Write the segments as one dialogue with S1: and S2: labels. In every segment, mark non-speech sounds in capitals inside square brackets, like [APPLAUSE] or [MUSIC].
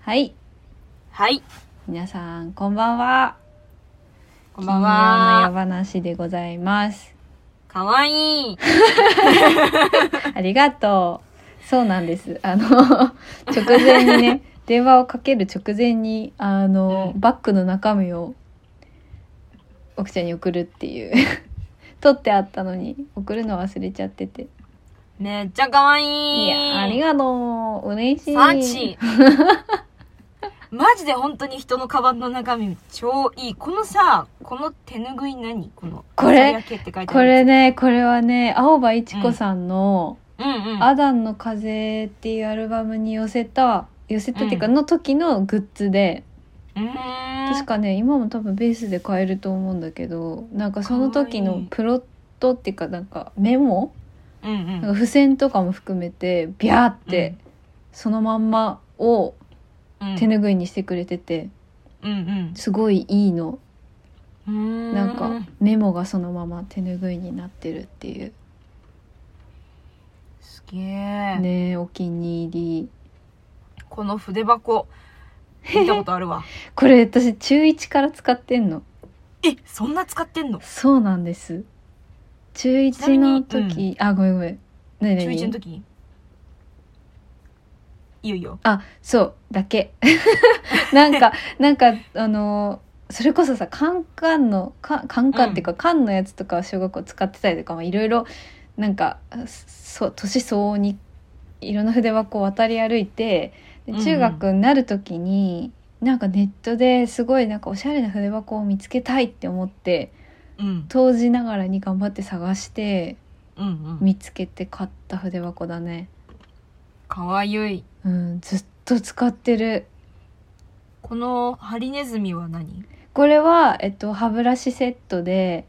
S1: はい。
S2: はい。
S1: 皆さん、こんばんは。
S2: こんばん
S1: 金曜
S2: は。
S1: の夜話でございます。
S2: かわいい。
S1: ありがとう。そうなんです。あの、直前に
S2: [LAUGHS]
S1: ね、電話をかける直前に、あの、
S2: うん
S1: バッグの中身を、奥ちゃんに送るっていう。 [LAUGHS] 取ってあったのに、送るの忘れちゃってて。
S2: めっちゃかわいい。
S1: いや、ありがとう。嬉しい。
S2: マジ。マジで本当に人のカバンの中身超いい。このさ、この手ぬぐい何この。
S1: これ
S2: 朝焼けって書いて
S1: こ
S2: あるや
S1: れね、これはね、青葉一子さんの、
S2: つ。うんうん。
S1: アダンの風っていうアルバムに寄せた寄せたっていうか
S2: うん
S1: の時のグッズで、
S2: うーん。
S1: 確かね今も多分ベースで買えると思うんだけどなんかその時
S2: かわい
S1: の
S2: い
S1: プロットっていうかなんかメモ、
S2: うんうん。
S1: なんか付箋とかも含めてビャーってそのまんまを
S2: うん
S1: 手ぬぐいにしてくれてて
S2: うん
S1: すごいいいの、
S2: うん。
S1: なんかメモがそのまま手ぬぐいになってるっていう
S2: すげえ、
S1: ねえお気に入り
S2: この筆箱見たことあるわ [LAUGHS]
S1: これ私中1から使ってんの
S2: えそんな使ってんの
S1: そうなんです。中
S2: なみ
S1: 一
S2: に
S1: の時、あ、ごめんごめん。なにな
S2: 中1の
S1: に
S2: 時にいいよいいよ
S1: あ、そう、だけ。 [LAUGHS] なんか、なんか、あのーそれこそさ、カンカンの、カカンカンっていうか、カンのやつとかは小学校使ってたりとか、まあいろいろ、なんか、そう、年相応に、いろんな筆箱を渡り歩いて、で
S2: うんうん
S1: 中学になる時に、なんかネットですごいなんかおしゃれな筆箱を見つけたいって思って、
S2: うん
S1: 当時ながらに頑張って探して、
S2: うんうん
S1: 見つけて買った筆箱だね。
S2: かわゆい
S1: うん、ずっと使ってる。
S2: このハリネズミは何
S1: これは、えっと、歯ブラシセットで、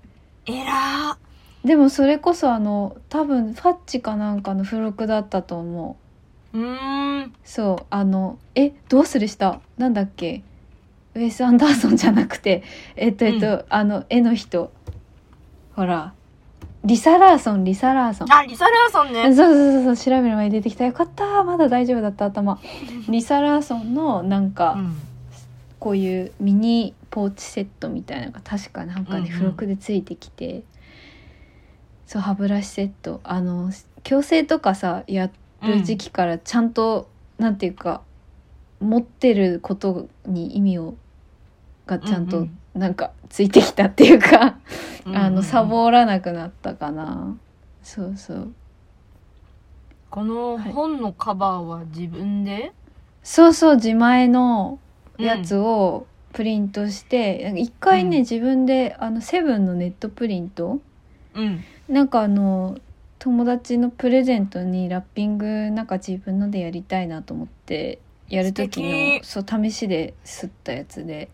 S2: えら
S1: でもそれこそあの、多分ファッチかなんかの付録だったと思
S2: ーうーん
S1: う。そう、あの、え、どうするしたなんだっけウェス・アンダーソンじゃなくて、えっと、えっと、
S2: う
S1: あの、絵の人。ほら、リサ・ラーソン、リサ・ラーソン。
S2: あリサ・ラーソン
S1: そう
S2: ね
S1: そうそうそう、調べる前に出てきた。よかった、まだ大丈夫だった、頭。リサ・ラーソンの、なんか、
S2: うん
S1: こういうミニポーチセットみたいなのが確かなんかね、
S2: うんうん
S1: 付録でついてきてそう歯ブラシセットあの矯正とかさやる時期からちゃんと、なんていうか持ってることに意味をがちゃん
S2: うん
S1: と
S2: う
S1: なんかついてきたっていうか、
S2: うん
S1: あ
S2: うんう
S1: の
S2: ん
S1: サボらなくなったかなそうそう
S2: この
S1: はい
S2: 本のカバーは自分で
S1: そうそう自前のやつ
S2: を
S1: をプリントして、なんか一回ね、
S2: うん
S1: 自分であのセブンのネットプリント
S2: うん
S1: なんかあの友達のプレゼントにラッピングなんか自分のでやりたいなと思ってやる時の
S2: 素敵
S1: そう試しで吸ったやつで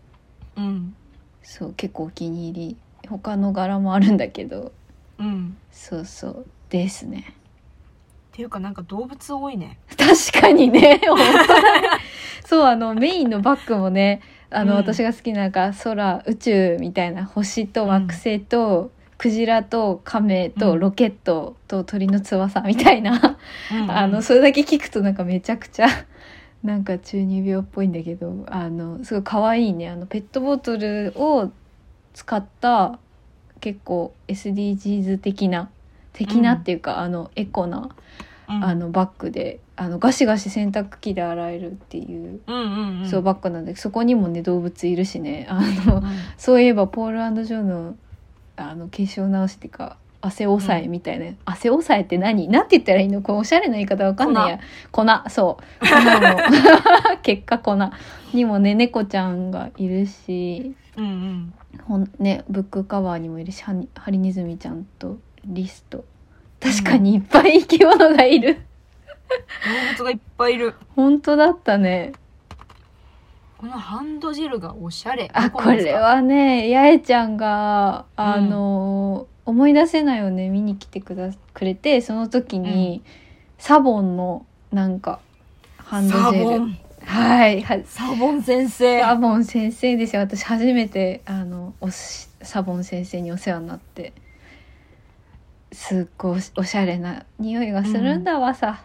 S2: うん
S1: そう結構お気に入り他の柄もあるんだけど
S2: うん
S1: そうそうですね
S2: っていうかなんか動物多いね
S1: [LAUGHS] 確かにね
S2: [LAUGHS]
S1: 本当だねそうあのメインのバッグもねあの、
S2: うん
S1: 私が好きななんか空宇宙みたいな星と惑星と、クジラとカメ
S2: う
S1: と
S2: ん
S1: ロケットと鳥の翼みたいな、
S2: うんうん
S1: あのそれだけ聞くとなんかめちゃくちゃ [LAUGHS] なんか中二病っぽいんだけどあのすごい可愛いねあのペットボトルを使った結構 SDGs 的な的なっていうか、あのエコな、
S2: うん
S1: あのバッグであのガシガシ洗濯機で洗えるっていう、
S2: うんうんうん
S1: そうバッグなんでそこにもね動物いるしねあの [LAUGHS]
S2: うん
S1: そういえばポールジョーのあの化粧直しっていうか汗抑えみたいな、汗抑えって何なんて言ったらいいのこうおしゃれな言い方わかんないや粉
S2: [LAUGHS]
S1: そう粉も [LAUGHS] 結果粉にもね猫ちゃんがいるし
S2: うんうん
S1: ほんねブックカバーにもいるしハニハリネズミちゃんとリスト確かにいっぱい生き物がいる、
S2: 動物がいっぱいいる
S1: 本当だったね
S2: このハンドジルがおしゃれ
S1: あ
S2: どこ
S1: こ
S2: のです
S1: れ
S2: か
S1: はね八重ちゃんがあの、思い出せないをね見に来てくだくれてその時に、サボンのなんかハンド
S2: サ
S1: ジェ
S2: ボ
S1: ル
S2: ン
S1: はいは
S2: サボン先生
S1: サボン先生ですよ私初めてあのおしサボン先生にお世話になってすっごいおしおしゃれな匂いがするんだわさ、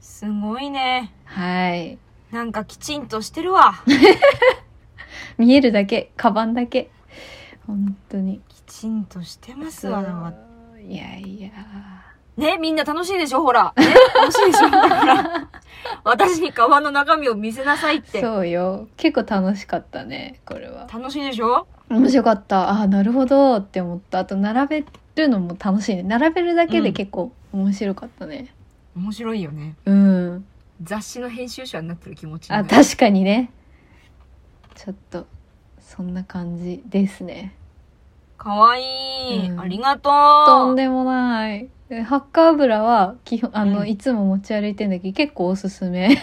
S2: すごいね
S1: はい
S2: なんかきちんとしてるわ
S1: [LAUGHS] 見えるだけカバンだけ本当に
S2: きちんとしてますわなんか
S1: そういやいや
S2: ねみんな楽しいでしょ
S1: [LAUGHS]
S2: ほら、ね、楽しいでしょだから [LAUGHS] 私にカバンの中身を見せなさいって
S1: そうよ結構楽しかったねこれは
S2: 楽しいでしょ
S1: 面白かったあーなるほどって思ったあと並べるのも楽しいね並べるだけで結構面白かったね
S2: 面白いよね
S1: うん、
S2: 雑誌の編集者になってる気持ちにな
S1: あ
S2: る
S1: 確かにねちょっとそんな感じですね
S2: かわいい、
S1: うん
S2: ありがとう
S1: とんでもないえハッカ油は基本あの、
S2: うん
S1: いつも持ち歩いてんだけど結構おすすめ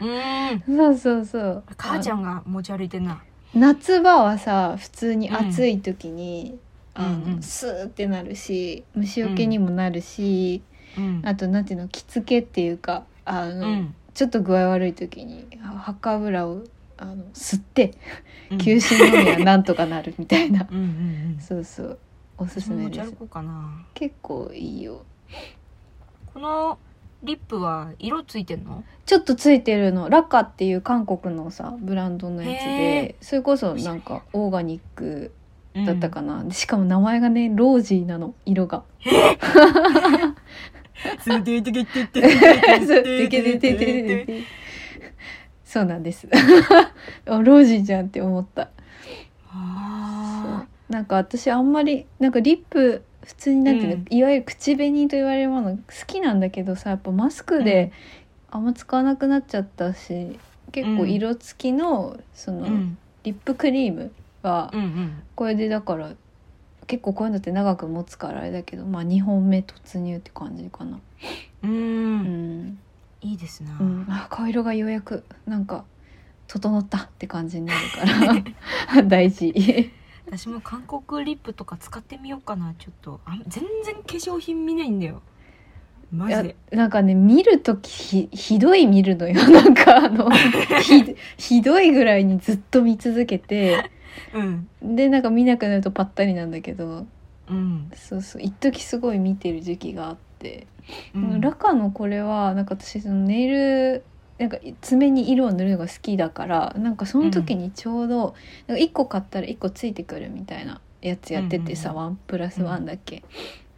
S1: [LAUGHS]
S2: うん
S1: そうそうそう
S2: 母ちゃ
S1: ん
S2: んが持ち歩いてんな
S1: 夏場はさ普通に暑い時に、
S2: うん
S1: あの
S2: うんうん
S1: スーってなるし虫よけにもなるし、
S2: うん
S1: あとなんていうの着付けっていうかあ
S2: う
S1: の、
S2: ん
S1: ちょっと具合悪い時にあハッカ油をあの吸って
S2: うん
S1: 休止のみはなんとかなるみたい
S2: [LAUGHS]
S1: な
S2: うんうんうん
S1: そうそう。おす
S2: 私
S1: す
S2: も
S1: め
S2: 持ち
S1: で
S2: 歩
S1: す。
S2: こうかな
S1: 結構いいよ。
S2: このリップは色ついてんの
S1: ちょっとついてるのラカっていう韓国のさブランドのやつ
S2: へ
S1: でそれこそなんかオーガニックだったか
S2: な、
S1: な、でしかも名前がねロージーなの色が [LAUGHS]
S2: うん、ててててて
S1: そうてけててててて [LAUGHS] そうなんですあロージーじゃんって思ったそ
S2: あ
S1: うなんか私あんまりなんかリップ普通になんていうの、
S2: うん
S1: いわゆる口紅と言われるもの好きなんだけどさやっぱマスクであんま使わなくなっちゃったし結構色付きのそ
S2: ー
S1: の、
S2: うん
S1: リップクリームは
S2: うんうん
S1: これでだから結構こういうのって長く持つからあれだけどまあ2本目突入って感じかなう
S2: う
S1: んん、
S2: いいですな、
S1: うん、あ顔色がようやくなんか整ったって感じになるから [LAUGHS] 大事
S2: 私も韓国リップとか使ってみようかなちょっとあ全然化粧品見ないんだよマジ
S1: いや
S2: で
S1: なんかね見るときひひどい見るのよ [LAUGHS] なんかあのひひどいぐらいにずっと見続けて
S2: うん
S1: でなんか見なくなるとぱったりなんだけど
S2: うん、
S1: そうそう一時すごい見てる時期があって
S2: うん、
S1: ラカのこれはなんか私そのネイルなんか爪に色を塗るのが好きだからなんかその時にちょうど、なんか1個買ったら1個ついてくるみたいなやつやっててさ、
S2: うん
S1: ワンプラスワンだっけ、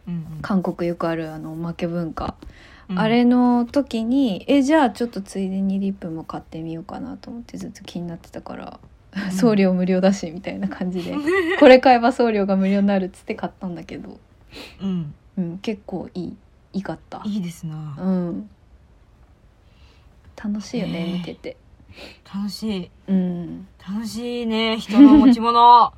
S2: うん
S1: 韓国よくあるあのおまけ文化、
S2: うん
S1: あれの時にえじゃあちょっとついでにリップも買ってみようかなと思ってずっと気になってたから、
S2: ん
S1: 送料無料だしみたいな感
S2: [LAUGHS]
S1: じでこれ買えば送料が無料になるっつって買ったんだけど、
S2: うん
S1: うん、結構いいいいかった。
S2: いいですな、
S1: うん楽しいよね、
S2: ねえ
S1: 見てて
S2: 楽しい
S1: うん
S2: 楽しいね人の持ち
S1: [LAUGHS]
S2: 物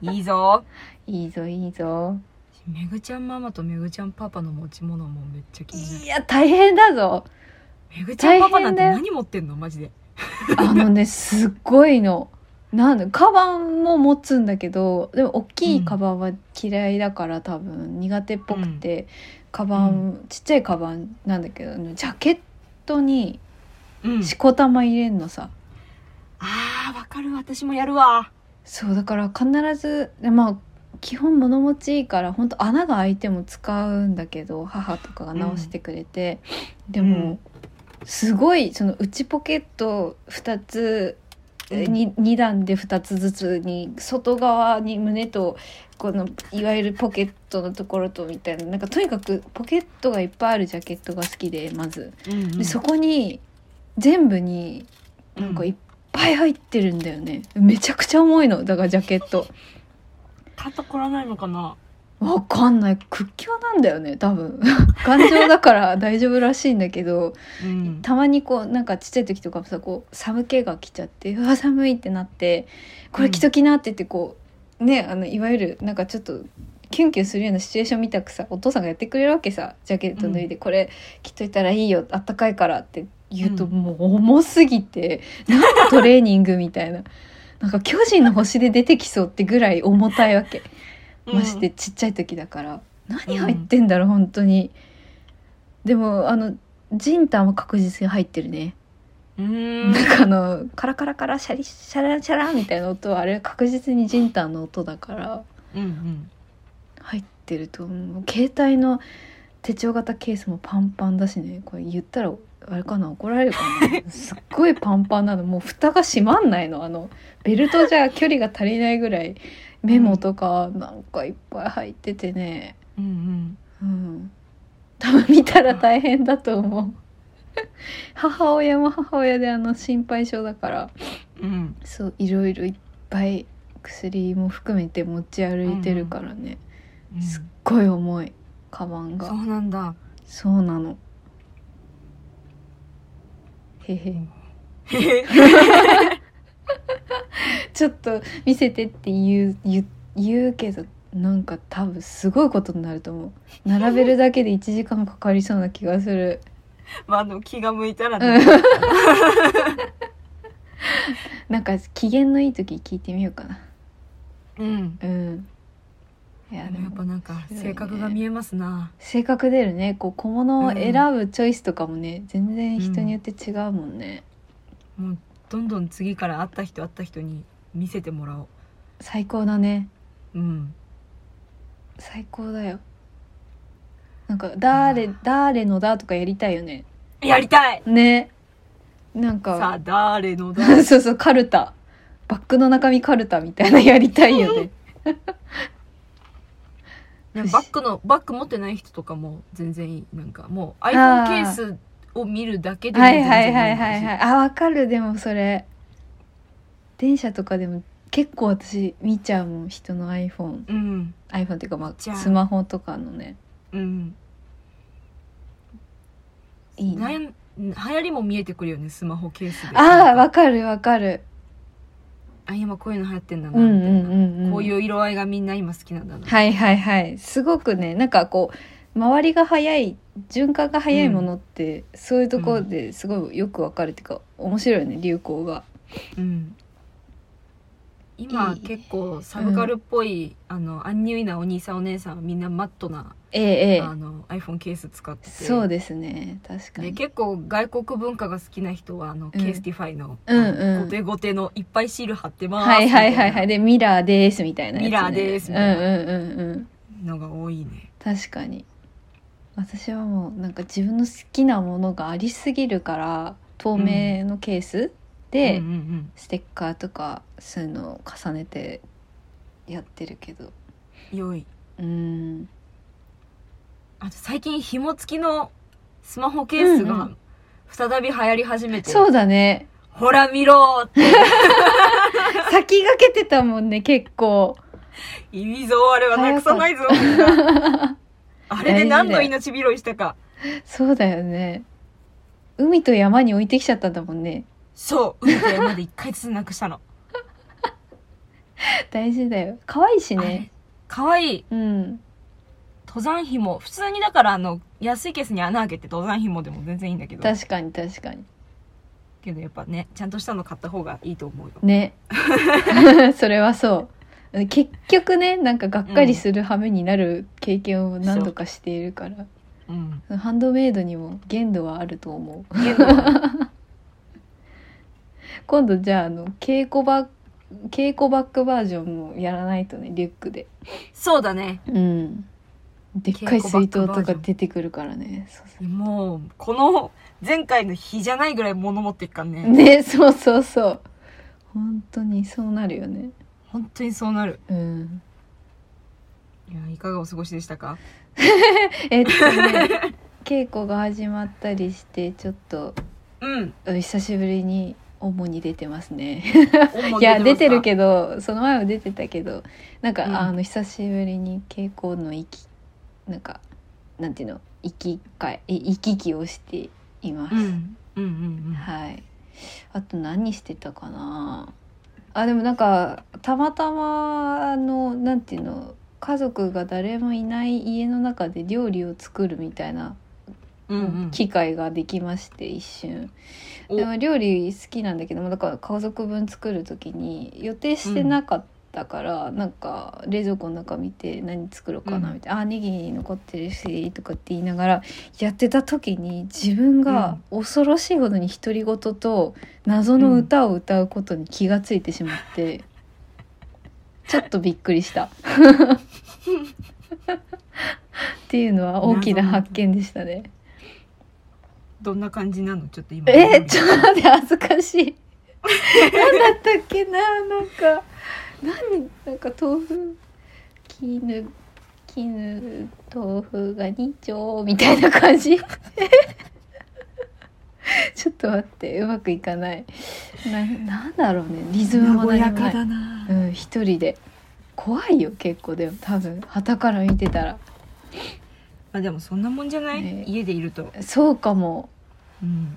S2: いいぞ
S1: いいぞいいぞ
S2: めぐちゃんママとめぐちゃんパパの持ち物もめっちゃ気にない
S1: や大変だぞ
S2: るめぐちゃんパパなんて
S1: 大変だよ
S2: 何持ってんのマジで
S1: あのねすっごいのなんだカバンも持つんだけどでも大きいカバンは嫌いだから、多分苦手っぽくて、カバン、ちっちゃいカバンなんだけどあのジャケットに
S2: うん
S1: しこたま入れんのさ、
S2: あーわかる私もやるわ
S1: そうだから必ずでまあ基本物持ちいいから本当穴が開いても使うんだけど母とかが直してくれて、でも、すごいその内ポケット2つ、
S2: うん
S1: に2段で2つずつに外側に胸とこのいわゆるポケットのところとみたいななんかとにかくポケットがいっぱいあるジャケットが好きでまず。
S2: うんうん
S1: でそこに全部になんかいっぱい入ってるんだよね、めちゃくちゃ重いのだからジャケット
S2: 肩こらないのかな
S1: わかんない屈強なんだよね多分 [LAUGHS] 頑丈だから大丈夫らしいんだけど
S2: うん
S1: たまにこうなんかちっちゃい時とかもさこう寒気が来ちゃってうわ寒いってなってこれ着ときなって言ってこうねあのいわゆるなんかちょっとキュンキュンするようなシチュエーションみたくさお父さんがやってくれるわけさジャケット脱いで、これ着といたらいいよあったかいからって言うと、
S2: うん
S1: もう重すぎてなんかトレーニングみたいななんか巨人の星で出てきそうってぐらい重たいわけ。ましてちっちゃい時だから何入ってんだろう、本当にでもあのジンタンは確実に入ってるね、
S2: うんうん
S1: なんかあのカラカラカラシャリシャラシャラみたいな音はあれ確実にジンタンの音だから
S2: うんうん
S1: 入ってると思う携帯の手帳型ケースもパンパンだしねこれ言ったらあれかな怒られるかなすっごいパンパンなのもう蓋が閉まんないのあのベルトじゃ距離が足りないぐらいメモとかなんかいっぱい入っててね
S2: うんうん
S1: うん多分見たら大変だと思う母親も母親であの心配性だから
S2: うん
S1: そういろいろいっぱい薬も含めて持ち歩いてるからね、
S2: うん
S1: すっごい重いカバン
S2: そ
S1: が
S2: うな
S1: [LAUGHS]
S2: んだ
S1: そうなのへへちょっと見せてって言う言う言うけどなんか多分すごいことになると思う並べるだけで1時間かかりそうな気がする
S2: まあでも気が向いたら
S1: う
S2: ね
S1: んなんか機嫌のいい時聞いてみようかな
S2: うん
S1: うんいや
S2: で
S1: で
S2: もやっぱ
S1: も
S2: なんか性格が見えますな
S1: 性格出るねこう小物を選ぶチョイスとかもね、全然人によって違うもんね、
S2: もうどんどん次から会った人会った人に見せてもらおう
S1: 最高だね
S2: うん
S1: 最高だよなんか「誰誰のだ」とかやりたいよね
S2: やりたい
S1: ねなん
S2: さ
S1: か
S2: あ誰のだ
S1: [LAUGHS] そうそうカルタバッグの中身カルタみたいなやりたいよね
S2: ね
S1: 不思
S2: バッ
S1: [LAUGHS]
S2: グのバッグ持ってない人とかも全然いいなんかもう
S1: あ
S2: iPhone
S1: ー
S2: ケースを見るだけでも
S1: は
S2: 全
S1: いはい
S2: 然
S1: はいはいはいい
S2: い
S1: あわかるでもそれ電車とかでも結構私見ちゃうもん人の iPhone iPhone
S2: うん
S1: っていうかま
S2: じゃ
S1: あ
S2: あ
S1: スマホとかのね
S2: うん
S1: いいね
S2: 悩ん流行りも見えてくるよねスマホケースで
S1: ああわかるわかる
S2: あ今こういうの流行ってんだな
S1: う
S2: み
S1: ん
S2: たいな、
S1: うんうん、うん、
S2: こういう色合いがみんな今好きなんだな、
S1: はいはいはいすごくねなんかこう周りが早い循環が早いものって、そういうところですごいよくわかるっていうか面白いよね流行が。
S2: うん、今
S1: いい
S2: 結構サブカルっぽい、あのアンニュイなお兄さんお姉さんはみんなマットな、
S1: ええええ
S2: あの iPhone ケース使ってて
S1: そうですね確か
S2: で
S1: に。
S2: 結構外国文化が好きな人はあの、ケースティファイの、
S1: うん
S2: あ
S1: うん
S2: のゴテゴテのいっぱいシール貼ってます
S1: はいはいはいはい
S2: み
S1: でミラーですみたいな
S2: ミラーです
S1: うん
S2: みたい
S1: うんうんうん
S2: たいなのが多いね
S1: 確かに。私はもうなんか自分の好きなものがありすぎるから透明のケースで、
S2: うんうんうん
S1: ステッカーとかそういうのを重ねてやってるけど。
S2: 良い
S1: うん
S2: あと最近紐付きのスマホケース
S1: うんう
S2: が
S1: ん
S2: 再び流行り始めて、
S1: そうだね。
S2: ほら見ろって
S1: 先駆けてたもんね、結構。
S2: いいぞあれはなくさないぞ
S1: [LAUGHS]
S2: あれで何の命拾いしたか
S1: そうだよね。海と山に置いてきちゃったんだもんね。
S2: そう海と山で一回ずつなくしたの
S1: 大事だよ。可 [LAUGHS] 愛いし
S2: あれ
S1: ね。
S2: かわいい
S1: うん。
S2: 登山紐普通にだからあの安いケースに穴開けて登山紐でも全然いいんだけど
S1: 確かに確かに。
S2: けどやっぱねちゃんとしたの買った方がいいと思うよ
S1: ね。 [LAUGHS] それはそう。結局ね、なんかがっかりする羽目になる経験を何度かしているから、
S2: うん
S1: ハンドメイドにも限度はあると思う。
S2: けど
S1: 今度じゃあ、あの、稽古バック、稽古バックバージョンもやらないとね、リュックで。
S2: そうだね
S1: うん。でっかい水筒とか出てくるからね。そうそ
S2: もうこの前回の日じゃないぐらい物持っていくからね
S1: うね、そうそうそう。本当にそうなるよね。
S2: 本当にそうなる
S1: うん。
S2: いやいかがお過ごしでしたか
S1: えっとね、稽古が始まったりして、ちょっと
S2: うん
S1: うん久しぶりに主に出てますね。
S2: [LAUGHS] 思
S1: いや、出てる
S2: ど
S1: けど、その前も出てたけど、なんか、
S2: うん
S1: あの久しぶりに稽古の行き、なんか、なんていうの、行き会、え行き来をしています。
S2: うんうんうん
S1: はい。あと何してたかな。あでもなんかたまたまあのなんていうの家族が誰もいない家の中で料理を作るみたいな
S2: うんうんうん
S1: 機会ができまして、一瞬。
S2: お
S1: でも料理好きなんだけどもだから家族分作る時に予定してなかったから、なんか冷蔵庫の中見て何作ろうかな
S2: うん
S1: みたいな「あネギ残ってるし」とかって言いながらやってた時に自分が恐ろしいほどに独り言と謎の歌を歌うことに気がついてしまっ
S2: [LAUGHS]
S1: て、ちょっとびっくりした。っていうのは大きな発見でしたね。
S2: どんな感じなのちょっと今
S1: えちょっと待って恥ずかしい何だったっけななんか何なんか豆腐絹絹豆腐が2丁みたいな感じ [LAUGHS] ちょっと待ってうまくいかないななんだろうねリズムも
S2: 和や
S1: 何もな
S2: か
S1: い
S2: だな、
S1: うん一人で怖いよ結構でも多分旗から見てたら
S2: あでもそんなもんじゃない、
S1: ね
S2: 家でいると、
S1: そうかも
S2: うん、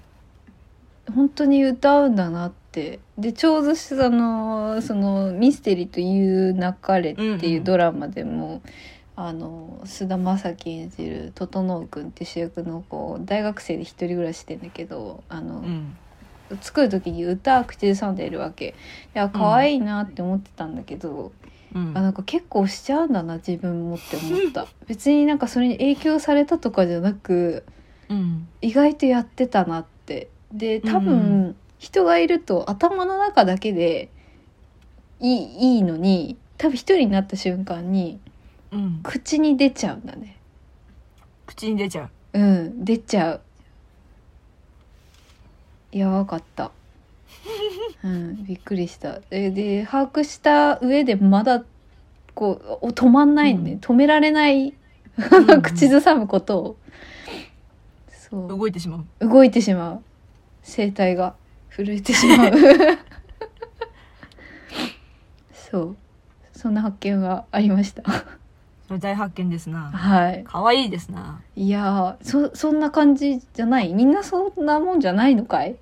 S1: 本当に歌うんだなってでちょうどそのその「ミステリーという流れ」って
S2: ん
S1: いううんうドラマでも、あの菅田将暉演じる整君って主役の子大学生で一人暮らししてんだけどあの、
S2: うん、
S1: 作る時に歌口ずさんでいるわけいや可愛いなって思ってたんだけど、
S2: うん
S1: あなんか結構しちゃうんだな自分もって思った別になんかそれに影響されたとかじゃなく
S2: うん、
S1: 意外とやってたなってで多分、
S2: う
S1: 人がいると頭の中だけでいいいいのに多分一人になった瞬間に
S2: うん、
S1: 口に出ちゃうんだね
S2: 口に出ちゃう
S1: うん出ちゃうやばかった、 [LAUGHS] うん、びっくりしたでで把握した上でまだこうお止まんないね、
S2: うん
S1: 止められない、 [LAUGHS]
S2: んうん [LAUGHS]
S1: 口ずさむことをそう
S2: 動いてしまう
S1: 動いてしまう声帯が震えてしまうそうそんな発見がありました
S2: それ大発見ですな
S1: はい
S2: 可愛いですない
S1: やーそそんな感じじゃないみんなそんなもんじゃないのかい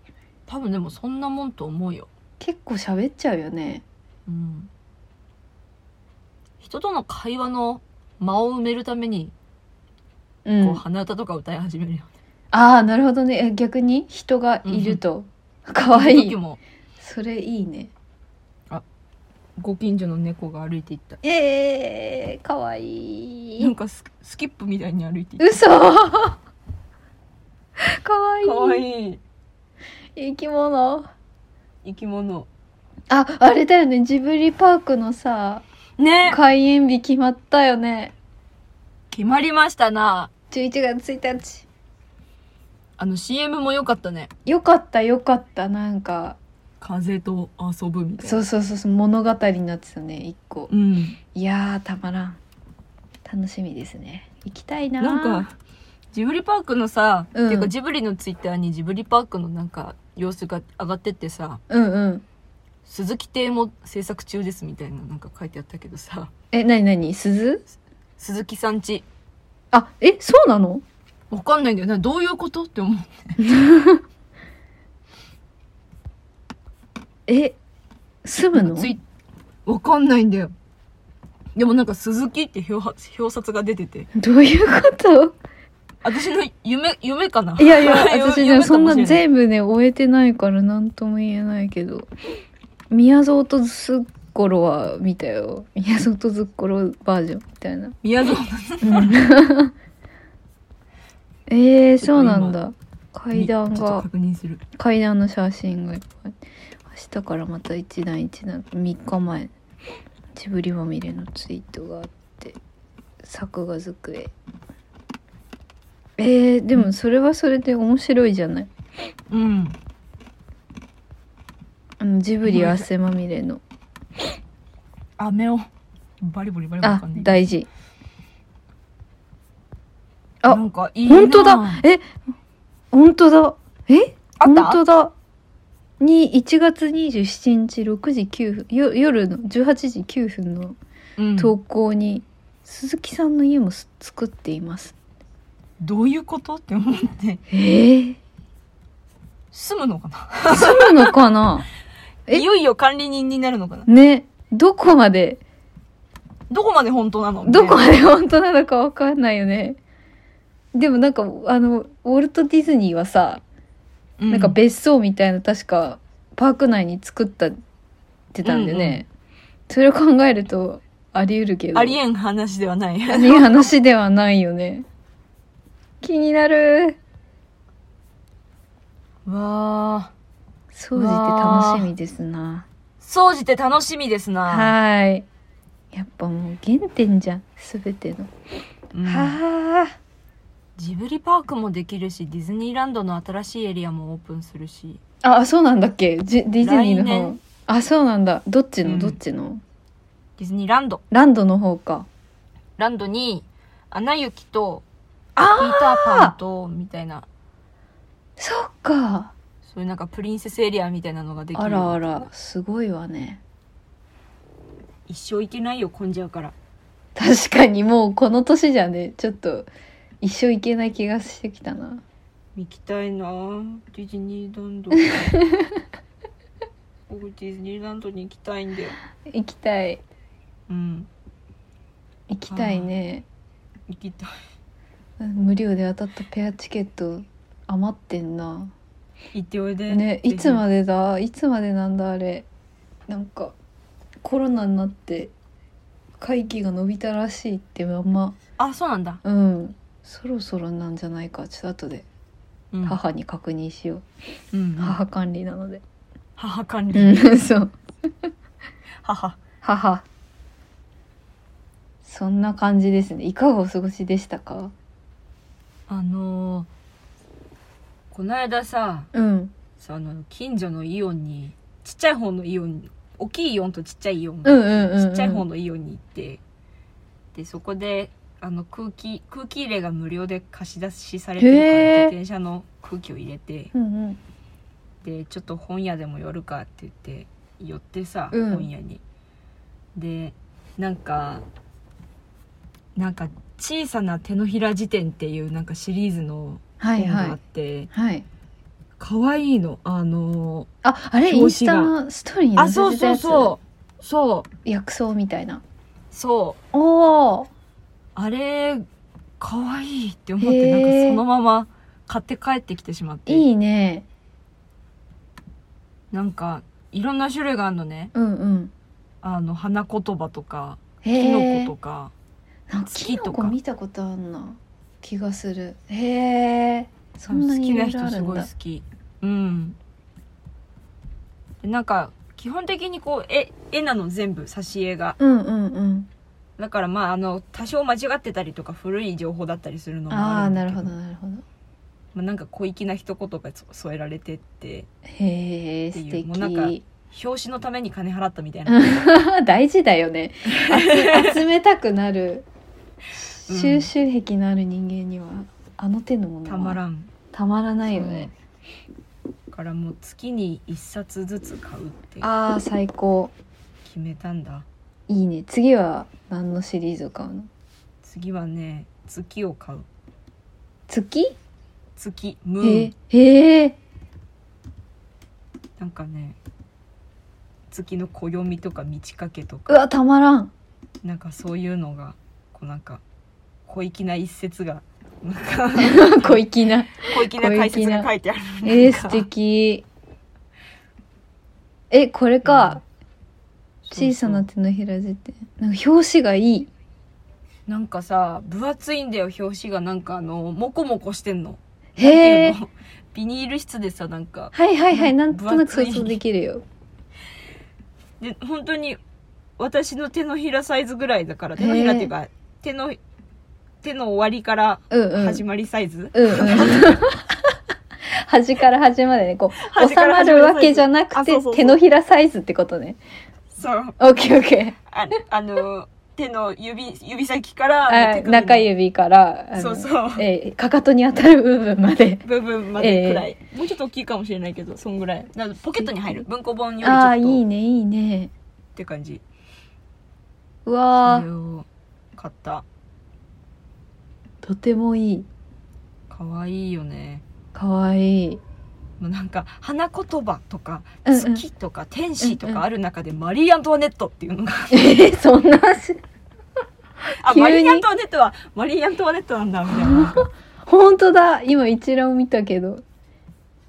S2: 多分でもそんなもんと思うよ、
S1: 結構喋っちゃうよね
S2: うん、人との会話の間を埋めるために
S1: う
S2: こうん鼻歌とか歌い始めるよ、
S1: ああなるほどねえ逆に人がいると可愛、
S2: 時
S1: い
S2: も
S1: それいいね
S2: ご近所の猫が歩いていった
S1: えー、かわい
S2: なん
S1: い
S2: かススキップみたいに歩いていった
S1: 嘘 [LAUGHS] かわいい
S2: 可愛いい
S1: 生き物
S2: 生き物
S1: あ、あれだよね、ジブリパークのさ、
S2: ね
S1: 開園日決まったよね。
S2: 決まりましたな
S1: 11月1日。
S2: あの CM も良かったね
S1: よかった、よかった、なんか、
S2: 風と遊ぶみたいな
S1: そうそうそうそう、物語になってたね、一個。
S2: うん
S1: いやー、たまらん。楽しみですね。行きたいなー
S2: なんかジブリパークのさ、
S1: うん
S2: っていうかジブリのツイッターにジブリパークのなんか様子が上がってってさ
S1: うんうん。
S2: 「鈴木亭も制作中です」みたいななんか書いてあったけどさ
S1: え、なになに鈴
S2: 鈴木さんち
S1: あ、え、そうなの
S2: わかんないんだよなどういうことって思う
S1: え、住むの
S2: ツイわかんないんだよでもなんか「鈴木」って表発表札が出てて
S1: どういうこと
S2: 私の夢夢かな
S1: [LAUGHS]
S2: い
S1: やいや、
S2: [LAUGHS] 夢
S1: 私ね、
S2: 夢
S1: そ
S2: か
S1: ん
S2: も
S1: な
S2: しれい
S1: 全部ね、終えてないから何とも言えないけど。宮蔵とすっころは見たよ。宮蔵とずっころバージョンみたいな。
S2: 宮園
S1: うんえー、そうなんだ。階段
S2: ちょっと
S1: が、
S2: 確認する
S1: 階段の写真がいっぱい。明日からまた一段一段、3日前。ジブリまみれのツイートがあって、作画机。えー、でもそれはそれで面白いじゃない。
S2: うん
S1: あのジブリ汗まみれの
S2: 飴をバリバリバリバリ
S1: あ
S2: かんない
S1: 大事あ
S2: なんかいいな
S1: 本当だえ本当だえ
S2: あっ
S1: 本
S2: た
S1: 当だに1月27日6時9分よ夜の18時9分の
S2: うん
S1: 投稿に、鈴木さんの家もす作っています
S2: どういうことって思って
S1: えー、
S2: 住むのかな
S1: 住むのか
S2: [LAUGHS]
S1: なえ
S2: いよいよ管理人になるのかな
S1: ねどこまで
S2: どこまで本当なの
S1: どこ
S2: み
S1: まで本当なのかわかんないよねでもなんかあのウォルト・ディズニーはさ、
S2: たい
S1: なんか別荘みたいな確かパーク内に作ったってたんでね、それを考えるとあり得るけ
S2: う
S1: ど
S2: んありえん話ではない
S1: ありえん話ではないよね気になる
S2: [LAUGHS] わあ
S1: 掃除って楽しみですな
S2: 掃除って楽しみですな
S1: はいやっぱもう原点じゃん全ての、
S2: うん
S1: はあ
S2: ジブリパークもできるしディズニーランドの新しいエリアもオープンするし
S1: あそうなんだっけジディズニーの
S2: 来
S1: 方
S2: 年
S1: あそうなんだどっちの、
S2: うん
S1: どっちの
S2: ディズニーランド
S1: ランドの方か
S2: ランドにアナ雪とピ
S1: あ
S2: ーターパンとみたいな
S1: そっか
S2: そういうなんかプリンセスエリアみたいなのができる
S1: あらあらすごいわね
S2: 一生行けないよ混んじゃうから
S1: 確かにもうこの年じゃねちょっと一生いけない気がしてきたな
S2: 行きたいなディズニーラ [LAUGHS] ンド僕ディズニーランドに行きたいんだよ
S1: 行きたい
S2: うん
S1: 行きたいね
S2: 行きたい
S1: うん無料で当たったペアチケット余ってんな
S2: 行っておいで
S1: ねいつま
S2: で
S1: でだいつまでなんだあれなんかコロナになって会期が伸びたらしいってまんま
S2: あそうなんだ、
S1: うんそろそろなんじゃないかちょっと後で
S2: うん、
S1: 母に確認しよう、
S2: うん母
S1: 母管理なの
S2: [LAUGHS]
S1: で
S2: 母管理、
S1: うんそう
S2: 母
S1: 母そんな感じですねいかがお過ごしでしたか
S2: あのー、この間さ
S1: うん
S2: その近所のイオンにちっちゃい方のイオン大きいイオンとちっちゃいイオン
S1: う
S2: が
S1: んうんうん、うん、
S2: ちっちゃい方のイオンに行ってでそこであの空気空気入れが無料で貸し出しされてるから
S1: へー
S2: 自転車の空気を入れて
S1: うんうん
S2: でちょっと本屋でも寄るかって言って寄ってさ、
S1: うん
S2: 本屋に。でなんかなんか「小さな手のひら辞典」っていうなんかシリーズの
S1: はい
S2: 本が
S1: は
S2: あっ
S1: い
S2: て
S1: はい
S2: 可愛、い、のあの
S1: ああれインスタのストーリーに
S2: あ
S1: 載
S2: そう
S1: せてた
S2: そう
S1: やつ
S2: そうそう
S1: 薬草みたいな
S2: そう
S1: おお
S2: あれ、可愛いって思っ
S1: へー
S2: て、なんかそのまま買って帰ってきてしまって。
S1: いいね
S2: なんか、いろんな種類があるのね。
S1: うんうん
S2: あの、花言葉とか、
S1: へ
S2: キノ
S1: え
S2: コとか。
S1: なんか
S2: 月
S1: キ
S2: と
S1: ノ
S2: か
S1: コ見たことあんな気がするへえそんなに
S2: 好
S1: い
S2: きな
S1: ろいろあ
S2: 人す
S1: るん
S2: ごい
S1: だ
S2: 好き。うん。でなんか、基本的にこう、絵、絵なの全部、挿絵が。
S1: うんうんうん
S2: だからまあ、あの、多少間違ってたりとか、古い情報だったりするのも
S1: あ
S2: あ
S1: あ
S2: るん
S1: な
S2: だけ
S1: るほ
S2: ど。
S1: どなるほど
S2: まあ、なんか小粋な一言が添えられてって、
S1: へえ
S2: って
S1: 素
S2: いうもうなんか
S1: 敵
S2: 表紙のために金払ったみたいな。
S1: うん [LAUGHS] 大事だよね集集めたくなる
S2: うん
S1: 収集癖のある人間にはあの手のものは
S2: たまらん。
S1: たまらないよね
S2: だからもう月に1冊ずつ買うって
S1: ああ最高
S2: 決めたんだ
S1: いいね次は何のシリーズを買うの
S2: 次はね月を買う
S1: 月、
S2: 月ム
S1: へ
S2: ー
S1: え
S2: ン
S1: へえ
S2: なんかね月の暦とか満ち欠けと
S1: う
S2: か
S1: わたまら
S2: [LAUGHS]
S1: ん
S2: なんかそういうのがこうなんか小粋な一節がな
S1: [LAUGHS]
S2: んか
S1: 小粋な
S2: 小粋な解説が書いてある
S1: えー、
S2: なん
S1: 素
S2: か
S1: 敵えこれか、
S2: そうそう
S1: 小さな手のひら辞典なんか表紙がいい
S2: なんかさ分厚いんだよ表紙がなんかあのモコモコしてんの
S1: へえ
S2: なんていうの [LAUGHS] ビニール質でさなんか
S1: はいはいはい
S2: な
S1: なんん
S2: か
S1: となく
S2: 分厚い
S1: 想像できるよ
S2: で本当に私の手のひらサイズぐらいだから手のひらっていうか手の手の終わりから
S1: うんうん
S2: 始まりサイズ、
S1: うんうん。端から端までね、こう、
S2: 端
S1: 収
S2: から
S1: ま
S2: 端まで
S1: るわけじゃなく
S2: あそう
S1: て
S2: そうそう、
S1: 手のひらサイズってことね。
S2: そう
S1: オッケーオッケ
S2: ああの手の指指先か
S1: ー。
S2: ら
S1: あ
S2: 手首の
S1: 中指から、あの
S2: そうそう
S1: えーかかとに当たる部分まで。
S2: 部分までくらい、もうちょっと大きいかもしれないけどそんぐらいだからポケットに入る文庫本よりちょっと
S1: ああ、いいね、いいね。
S2: って感じ
S1: う
S2: そ
S1: わ
S2: れを買った
S1: ーとてもいい。
S2: かわいいよね
S1: かわいい。
S2: もうなんか花言葉とか
S1: うんうん
S2: 月とか天使とかある中でマリー・アントワネットっていうのが
S1: えー、 [LAUGHS] そんな話、
S2: あ、
S1: 急に
S2: マリー・アントワネットは、マリー・アントワネットなんだ、みたい
S1: [LAUGHS]
S2: な。なんか
S1: ほんとだ。今一覧を見たけど。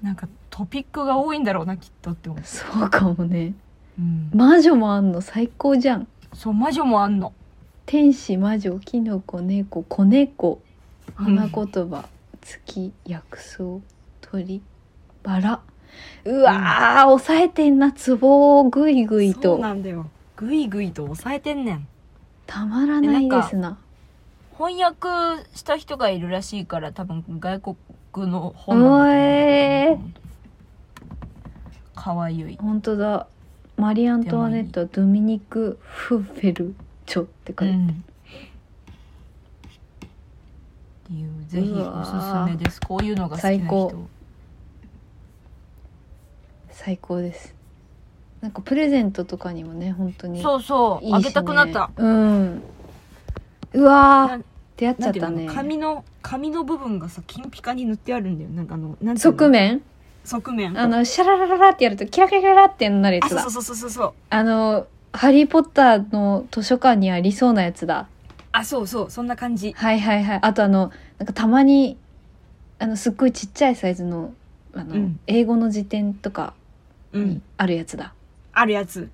S2: なんかトピックが多いんだろうな、きっとって思う。
S1: そうかもね。
S2: うん。
S1: 魔女もあんの最高じゃん。
S2: そう、魔女もあんの。
S1: 天使、魔女、キノコ、猫、子猫。花
S2: うん
S1: 言葉月薬草鳥バラうわー、抑えてんなツボをぐいぐい
S2: そう
S1: と
S2: なんだよ。ぐいぐいと抑えてんねん。
S1: たまらないですな
S2: 翻訳した人がいるらしいから多分外国の本なんだと思うんだけど
S1: えー、
S2: かわゆい
S1: 本当だマリーアントワネットはドミニク・フッフェルチョって書いてある、
S2: っていうぜひおすすめですこういうのが好きな
S1: 最
S2: 人
S1: 高最高ですなんかプレゼントとかにもね本当に
S2: そうそう
S1: いいし、ね、
S2: あげたくなった
S1: うんうわ
S2: な
S1: ー出会っちゃ
S2: なん
S1: って
S2: いう
S1: た
S2: の、
S1: ね
S2: 紙の紙の部分がさ金ピカに塗ってあるんだよなんかあのなんていうの
S1: 側面
S2: 側面
S1: あのシャララララってやるとキラキラキラってなるや
S2: あ
S1: つだ
S2: そうそうそうそうそう
S1: あの「ハリー・ポッター」の図書館にありそうなやつだ
S2: あそうそうそんな感じ
S1: はいはいはいあとあのなんかたまにあのすっごいちっちゃいサイズのあの、
S2: うん
S1: 英語の辞典とか
S2: う
S1: に
S2: ん
S1: あるやつだ、
S2: あるやつ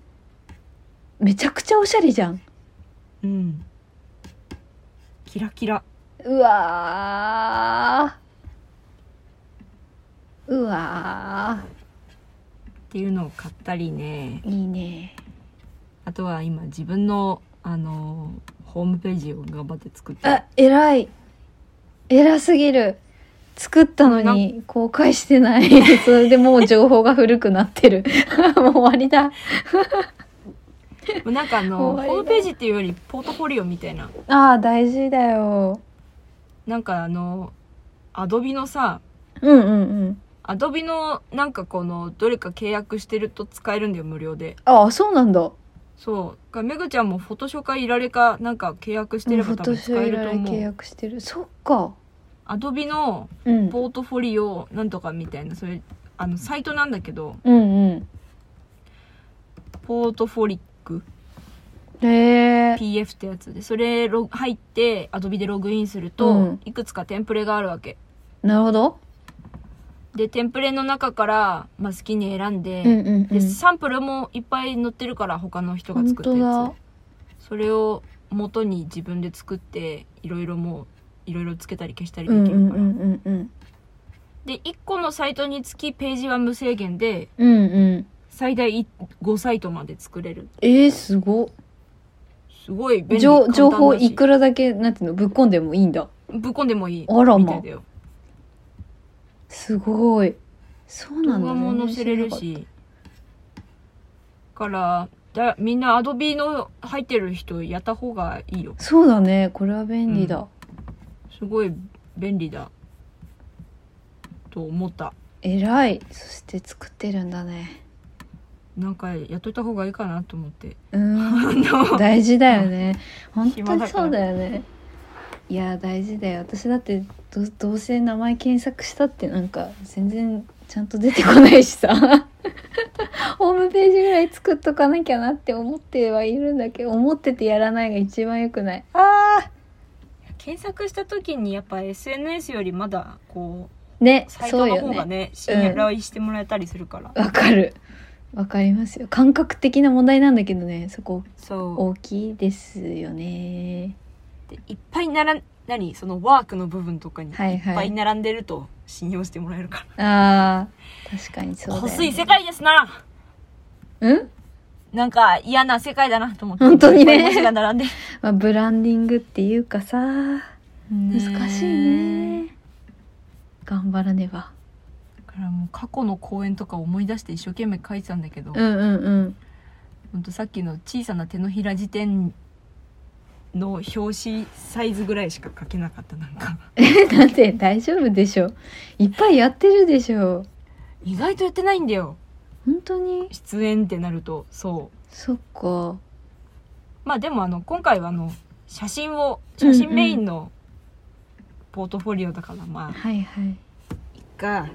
S1: めちゃくちゃおしゃれじゃん
S2: うんキラキラ
S1: うわーうわ
S2: っていうのを買ったりね
S1: ーいいね
S2: あとは今自分のあのホームページを頑張って作って
S1: あ偉い偉すぎる作ったのに公開してない [LAUGHS] それでもう情報が古くなってる [LAUGHS] もう終わりだ
S2: もうなんかあのホ
S1: 終わりだ
S2: ームページっていうよりポートフォリオみたいな
S1: ああ大事だよ
S2: なんかあのアドビのさ
S1: うんうんうん
S2: アドビのなんかこのどれか契約してると使えるんだよ無料で
S1: ああそうなんだ
S2: そうだからめぐちゃんもフォトショーかいられかなんか契約してれ
S1: フォ
S2: ば多
S1: ト
S2: 分
S1: シ
S2: 使
S1: ョー
S2: え
S1: い
S2: る
S1: ら
S2: と
S1: れ契
S2: 思う
S1: 約してるそっか
S2: アドビの
S1: うん
S2: ポートフォリオなんとかみたいなそれあのサイトなんだけど
S1: うんう
S2: ポートフォリック
S1: んへえ
S2: PF ってやつでそれロ入ってアドビでログインすると、
S1: うん
S2: いくつかテンプレがあるわけ
S1: なるほど
S2: でテンプレの中から、まあ、好きに選んで、
S1: うんうんう
S2: で
S1: ん
S2: サンプルもいっぱい載ってるから他の人が
S1: 本
S2: 作った
S1: 当だ
S2: やつそれを元に自分で作っていろいろもういろいろつけたり消したり
S1: う
S2: で
S1: ん
S2: き
S1: う
S2: るから、
S1: んうんうん
S2: で1個のサイトにつきページは無制限で
S1: うんうんうん
S2: 最大5サイトまで作れる
S1: えー、すご
S2: すごい便利
S1: 情情報
S2: 簡単だし
S1: いくらだけなんていうのぶっ込んでもいいんだ
S2: ぶっこんでもいい
S1: あら
S2: みた
S1: ま
S2: いだよ
S1: すごいそう
S2: 動
S1: なんだ
S2: 画も載せれ
S1: 全
S2: る
S1: 然知らなかっ
S2: しからだみんなアドビの入ってる人やった方がいいよ
S1: たそうだねこれは便利だ、
S2: すごい便利だと思った
S1: 偉いそして作ってるんだね
S2: なんかやっといた方がいいかなと思って
S1: うーん [LAUGHS]
S2: [LAUGHS]
S1: 大事だよね本当にそうだよねいや大事だよ私だってどどうせ名前検索したってなんか全然ちゃんと出てこないしさ [LAUGHS] ホームページぐらい作っとかなきゃなって思ってはいるんだけど思っててやらないが一番良くないあ
S2: 検索した時にやっぱ SNS よりまだこ
S1: ーね
S2: うサイ
S1: そ
S2: ト
S1: う
S2: の
S1: よ
S2: 方が
S1: ね
S2: ね信頼してもらえたりするから、
S1: わかるわかりますよ感覚的な問題なんだけどねそこ
S2: そ
S1: 大きいですよね
S2: うでいっぱいなら何そのワークの部分とかにいっ
S1: はい
S2: ぱ
S1: はいい
S2: 並んでると信用してもらえるから、
S1: あー確かにそうだよ、ね、
S2: 細い世界ですな
S1: うん
S2: なんか嫌な世界だなと思って
S1: 本当にね
S2: いっぱい文字が並んで
S1: [LAUGHS] まあ、ブランディングっていうかさ難しいね頑張らねば
S2: だからもう過去の公演とか思い出して一生懸命書いてたんだけど、
S1: うんうんうん [LAUGHS]
S2: ほんとさっきの小さな手のひら辞典の表紙サイズぐらいしか書けなかったなんか
S1: えなんで大丈夫でしょいっぱいやってるでしょ
S2: 意外とやってないんだよ
S1: 本当に
S2: 出演ってなるとそう
S1: そっか
S2: まあでもあの今回はあの写真を写真メインのポートフォリオだから、まあ
S1: はいはい
S2: が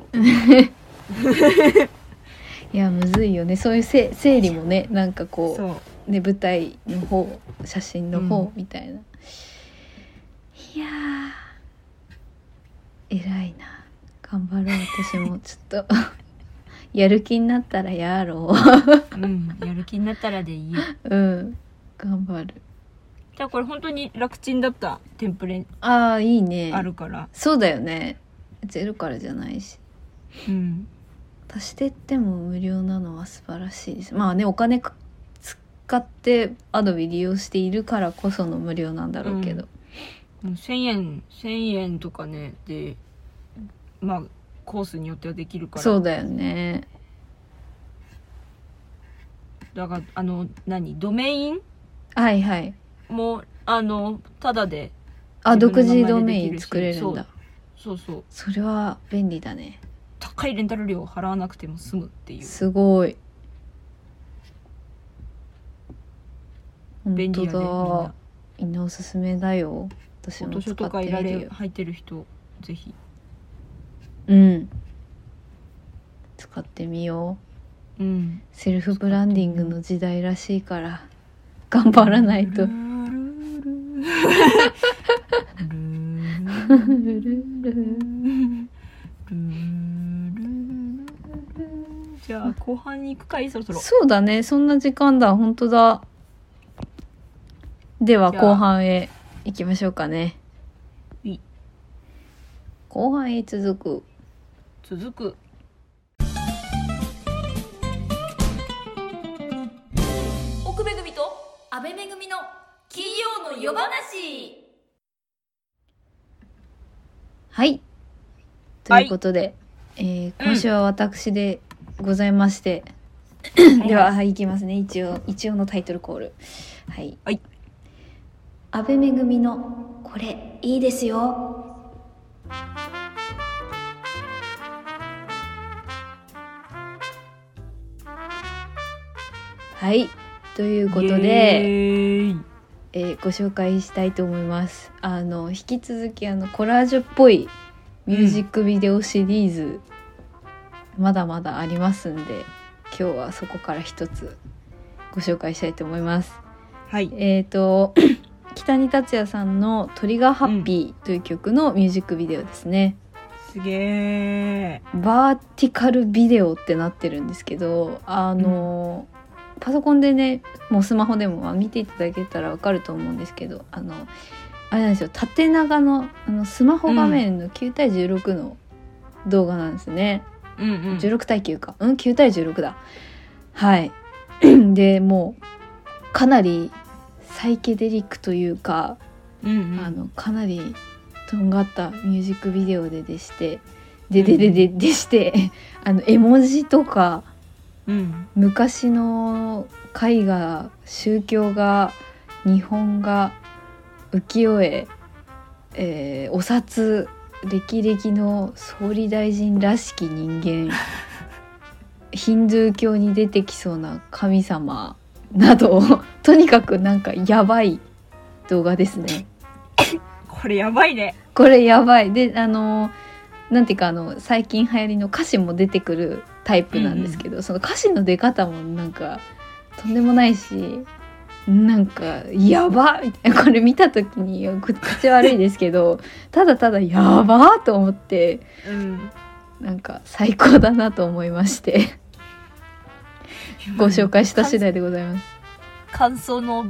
S1: いやむずいよねそういうせ整理もねなんかこう
S2: そう
S1: ね舞台の方写真の
S2: う
S1: 方
S2: ん
S1: みたいな、いやー偉いな頑張ろう私
S2: [LAUGHS]
S1: もちょっと [LAUGHS] やる気になったらやろ
S2: うんやる気になったらでいいよ
S1: う [LAUGHS] うん頑張る
S2: じゃあこれ本当に楽ちんだったテンプレ
S1: あーいいね
S2: あるから、
S1: そうだよねゼロからじゃないし
S2: うん
S1: 足してっても無料なのは素晴らしいですまあねお金か使ってアドビ利用しているからこその無料なんだろうけど、
S2: もう1,000円1,000円とかねでまあコースによってはできるから
S1: そうだよね
S2: だからあの何ドメイン
S1: はいはい
S2: もあのただで
S1: あ
S2: 自
S1: 独
S2: 分の
S1: 自
S2: 名前で
S1: ドメイ
S2: できる
S1: ン
S2: し
S1: 作れるんだ
S2: そうそう
S1: それは便利だね
S2: 高いレンタル料を払わなくても済むっていう
S1: すごい
S2: 便利やでみん
S1: 本
S2: な
S1: 当だみんなおすすめだよ私も
S2: 図
S1: 使
S2: 書
S1: って
S2: とか
S1: み
S2: いら
S1: る
S2: れ
S1: よ
S2: 入ってる人ぜひ
S1: うん使ってみよう
S2: うん
S1: セルフブランディングの時代らしいから頑張らないと
S2: ルルルルル
S1: ルルルル
S2: じゃあ後半に行くかいそろそろ
S1: そうだねそんな時間だ本当だでは
S2: じゃあ
S1: 後半へ行きましょうかね
S2: うい
S1: 後半へ続く
S2: 続く
S3: 奥めぐみと安倍めぐみの金曜の夜話
S1: はいと
S2: はい
S1: いうことで、えー今週は私でございまして、 [CLEARS THROAT] では、はい、いきますね一応一応のタイトルコールはい、
S2: はい、
S1: 安倍めぐみの「これいいですよ」はいということで。
S2: イエーイ
S1: えーご紹介したいと思いますあの引き続きあのコラージュっぽいミュージックビデオシリーズ、まだまだありますんで今日はそこから一つご紹介したいと思います
S2: はい
S1: えっ、と北に達也さんの「トリガーハッピー」という曲のミュージックビデオですね、
S2: すげえ
S1: バーティカルビデオってなってるんですけどあの、パソコンでねもうスマホでもまあ見ていただけたらわかると思うんですけどあのあれなんですよ縦長のあのスマホ画面の9対16の動画なんですね、
S2: うんうん
S1: 16対9かうん9対16だはい [CLEARS THROAT] でもうかなりサイケデリックというか
S2: うんうん
S1: あのかなりとんがったミュージックビデオででしてでででででして [LAUGHS] あの絵文字とか
S2: うん
S1: 昔の絵画宗教画日本画浮世絵、えーお札歴々の総理大臣らしき人
S2: [LAUGHS]
S1: 間ヒンドゥー教に出てきそうな神様など [LAUGHS] とにかくなんかやばい動画ですね。
S2: これやばいね
S1: これやばいであのなんていうかあの最近流行りの歌詞も出てくるタイプなんですけど、その歌詞の出方もなんかとんでもないしなんかやばみたいなこれ見た時に口悪いですけどただただやばと思って
S2: うん
S1: なんか最高だなと思いまして [LAUGHS] ご紹介した次第でございます。
S2: 感想の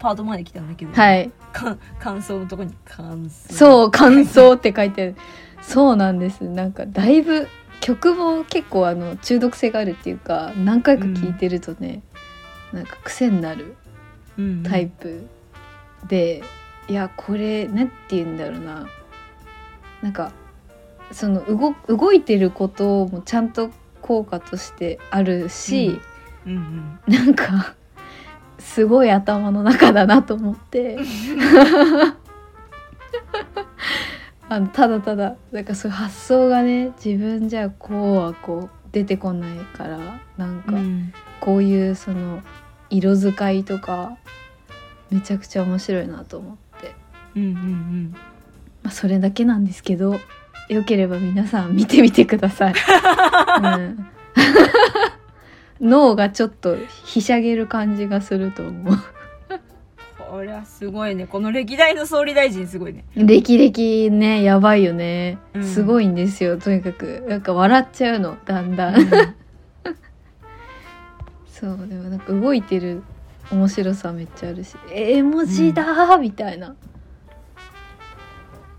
S2: パートまで来たんだけど
S1: はい
S2: か感想のとこに感想
S1: そう感想って書いてあるそうなんですなんかだいぶ曲も結構あの中毒性があるっていうか何回か聴いてるとね、なんか癖になる
S2: うん
S1: タイプで、いやこれなんて言うんだろうななんかその動動いてることもちゃんと効果としてあるし、
S2: うんう
S1: な
S2: ん
S1: んかすごい頭の中だなと思って。あのただただなんかそういう発想がね自分じゃこうはこう出てこないからなん
S2: う
S1: か
S2: ん
S1: こういうその色使いとかめちゃくちゃ面白いなと思って、
S2: うんうん
S1: まあ、それだけなんですけどよければ皆さん見てみてください。うん、 [LAUGHS] 脳がちょっとひしゃげる感じがすると思う。
S2: こりゃすごいねこの歴代の総理大臣すごいね
S1: 歴々ねやばいよね、
S2: うん
S1: すごいんですよとにかくなんか笑っちゃうのだんだん、そうでもなんか動いてる面白さめっちゃあるし絵文字だーみたいな、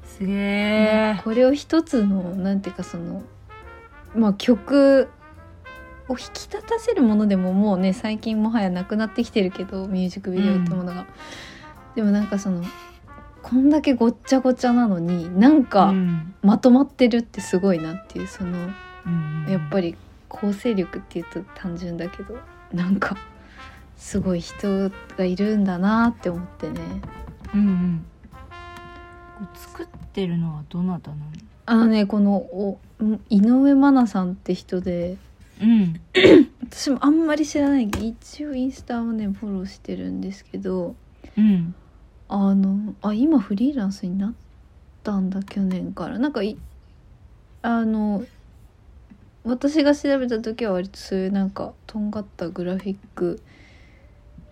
S2: す
S1: [LAUGHS]
S2: げえ
S1: これを一つのなんていうかそのまあ曲を引き立たせるものでももうね最近もはやなくなってきてるけどミュージックビデオってものが、でもなんかそのこんだけごっちゃごちゃなのになん
S2: う
S1: か
S2: ん
S1: まとまってるってすごいなっていうその
S2: うん
S1: やっぱり構成力っていうと単純だけどなんかすごい人がいるんだなって思ってね
S2: うんうんこう作ってるのはどなたなの
S1: あのねこのおん井上真奈さんって人で
S2: うん
S1: 私もあんまり知らないけど一応インスタをねフォローしてるんですけど
S2: うん
S1: あのあ今フリーランスになったんだ去年からなんかいあの私が調べた時は割とそういうなんかとんがったグラフィック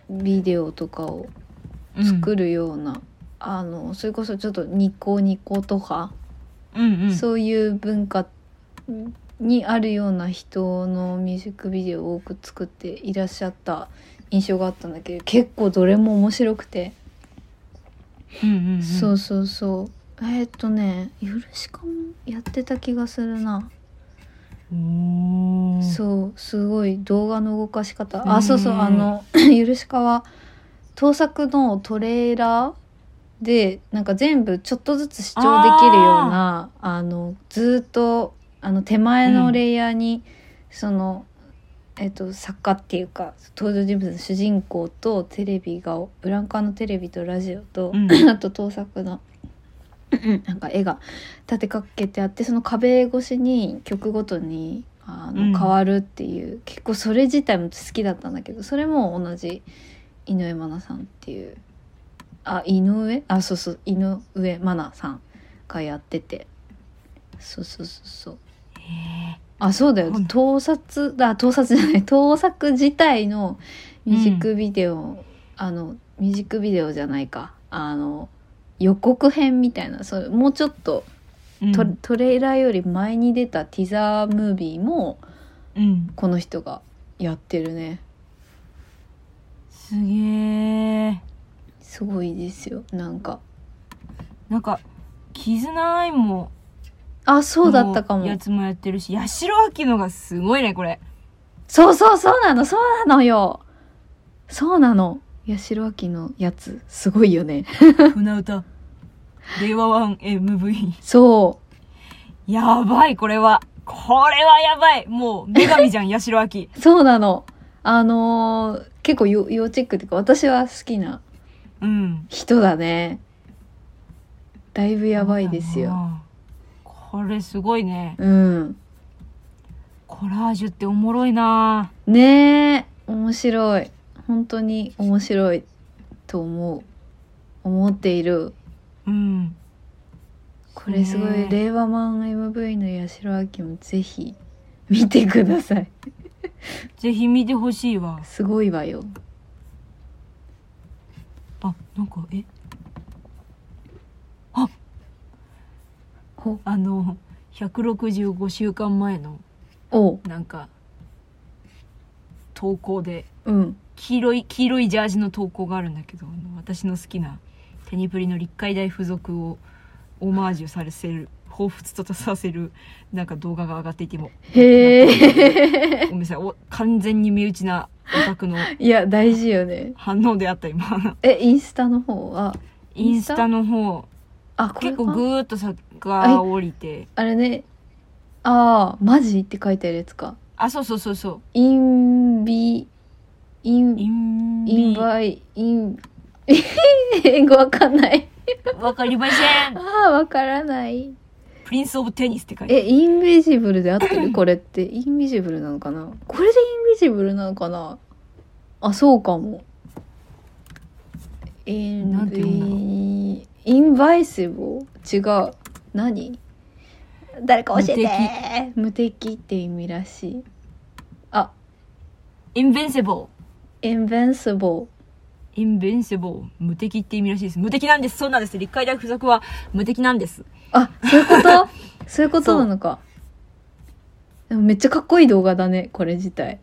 S1: ビデオとかを作
S2: る
S1: るような、あのそれこそちょっとニコニコとか、
S2: うんうん
S1: そういう文化にあるような人のミュージックビデオを多く作っていらっしゃった印象があったんだけど結構どれも面白くて、
S2: うんうんうん
S1: そうそうそうえーっとね「ゆるしか」もやってた気がするな、
S2: おー
S1: そうすごい動画の動かし方
S2: う
S1: あ
S2: ん
S1: そうそうあ [LAUGHS] の「ゆるしか」は盗作のトレーラーでなんか全部ちょっとずつ視聴できるようなあのずーっとあの手前のレイヤーに、その、えっと、作家っていうか登場人物の主人公とテレビがブランカーのテレビとラジオと、
S2: うん
S1: [LAUGHS] あと盗作の。 [CLEARS THROAT] なんか絵が立てかけてあってその壁越しに曲ごとにあの、
S2: うん
S1: 変わるっていう結構それ自体も好きだったんだけどそれも同じ井上真奈さんっていうあ井上あそうそう井上真奈さんがやっててそうそうそうそう
S2: へ
S1: あそうだよ
S2: うん
S1: 盗撮だ盗撮じゃない [LAUGHS] 盗作自体のミュージックビデオ、あのミュージックビデオじゃないかあの予告編みたいなそうもうちょっと
S2: ー
S1: ト,、
S2: うん
S1: トレーラーより前に出たティザームービーも
S2: うん
S1: この人がやってるね
S2: すげえ
S1: すごいですよなんか
S2: なんか絆愛も
S1: あそうだったかも
S2: のやつもやってるし八代亜紀のがすごいね
S1: [LAUGHS]
S2: これ
S1: そうそうそうなのそうなのよそうなの八代亜紀のやつすごいよね
S2: 船歌令和ワン MV
S1: そ
S2: [LAUGHS] やばいこれはこれはやばいもう女
S1: [LAUGHS]
S2: 神じゃん八代亜紀
S1: うそうなのあのー結構よ要チェックっていうか私は好きな
S2: うん
S1: 人だねだいぶやばいですよ
S2: これすごいね
S1: うん
S2: コラージュっておもろいな
S1: ねえ面白い本当に面白いと思う思っている
S2: うん
S1: これすごい、
S2: ね
S1: 令和マン MV の八代亜紀もぜひ見てください
S2: ぜひ見てほしいわ
S1: すごいわよ
S2: あなんかえ
S1: ほ
S2: あの165週間前の
S1: おう
S2: なんか投稿で
S1: うん
S2: 黄色い黄色いジャージの投稿があるんだけどあの私の好きなテニプリの立海大附属をオマージュされせる彷彿とさせるなんか動画が上がってい [LAUGHS] ても
S1: へえ
S2: ごめんなさいお完全に身内なオタクの
S1: [LAUGHS] いや大事よね
S2: 反応であった今
S1: えインスタの方は
S2: インスタの方
S1: あこれ
S2: 結
S1: か
S2: 構ぐーっと坂降りて
S1: あれねああマジって書いてあるやつか
S2: あそうそうそうそ
S1: インビイ
S2: う
S1: ン
S2: イン
S1: インバイイン [LAUGHS] 英語わかんない
S2: わかりませ
S1: [LAUGHS]
S2: ん
S1: ああわからない
S2: プリンスオブテニスって書いて
S1: えインビジブルで合って
S2: [LAUGHS]
S1: るこれってインビジブルなのかなこれでインビジブルなのかなあそうかもイ
S2: な
S1: ン
S2: んて読
S1: ビインバイシブル違う何誰か教えて無敵って意味らしいあ
S2: インベンセボ
S1: インベンシブル
S2: ーインベンセボー無敵って意味らしいです無敵なんですそうなんです立海大附属は無敵なんです
S1: あ、そういうこと
S2: [LAUGHS]
S1: そういうことなのか。でもめっちゃかっこいい動画だね、これ自体。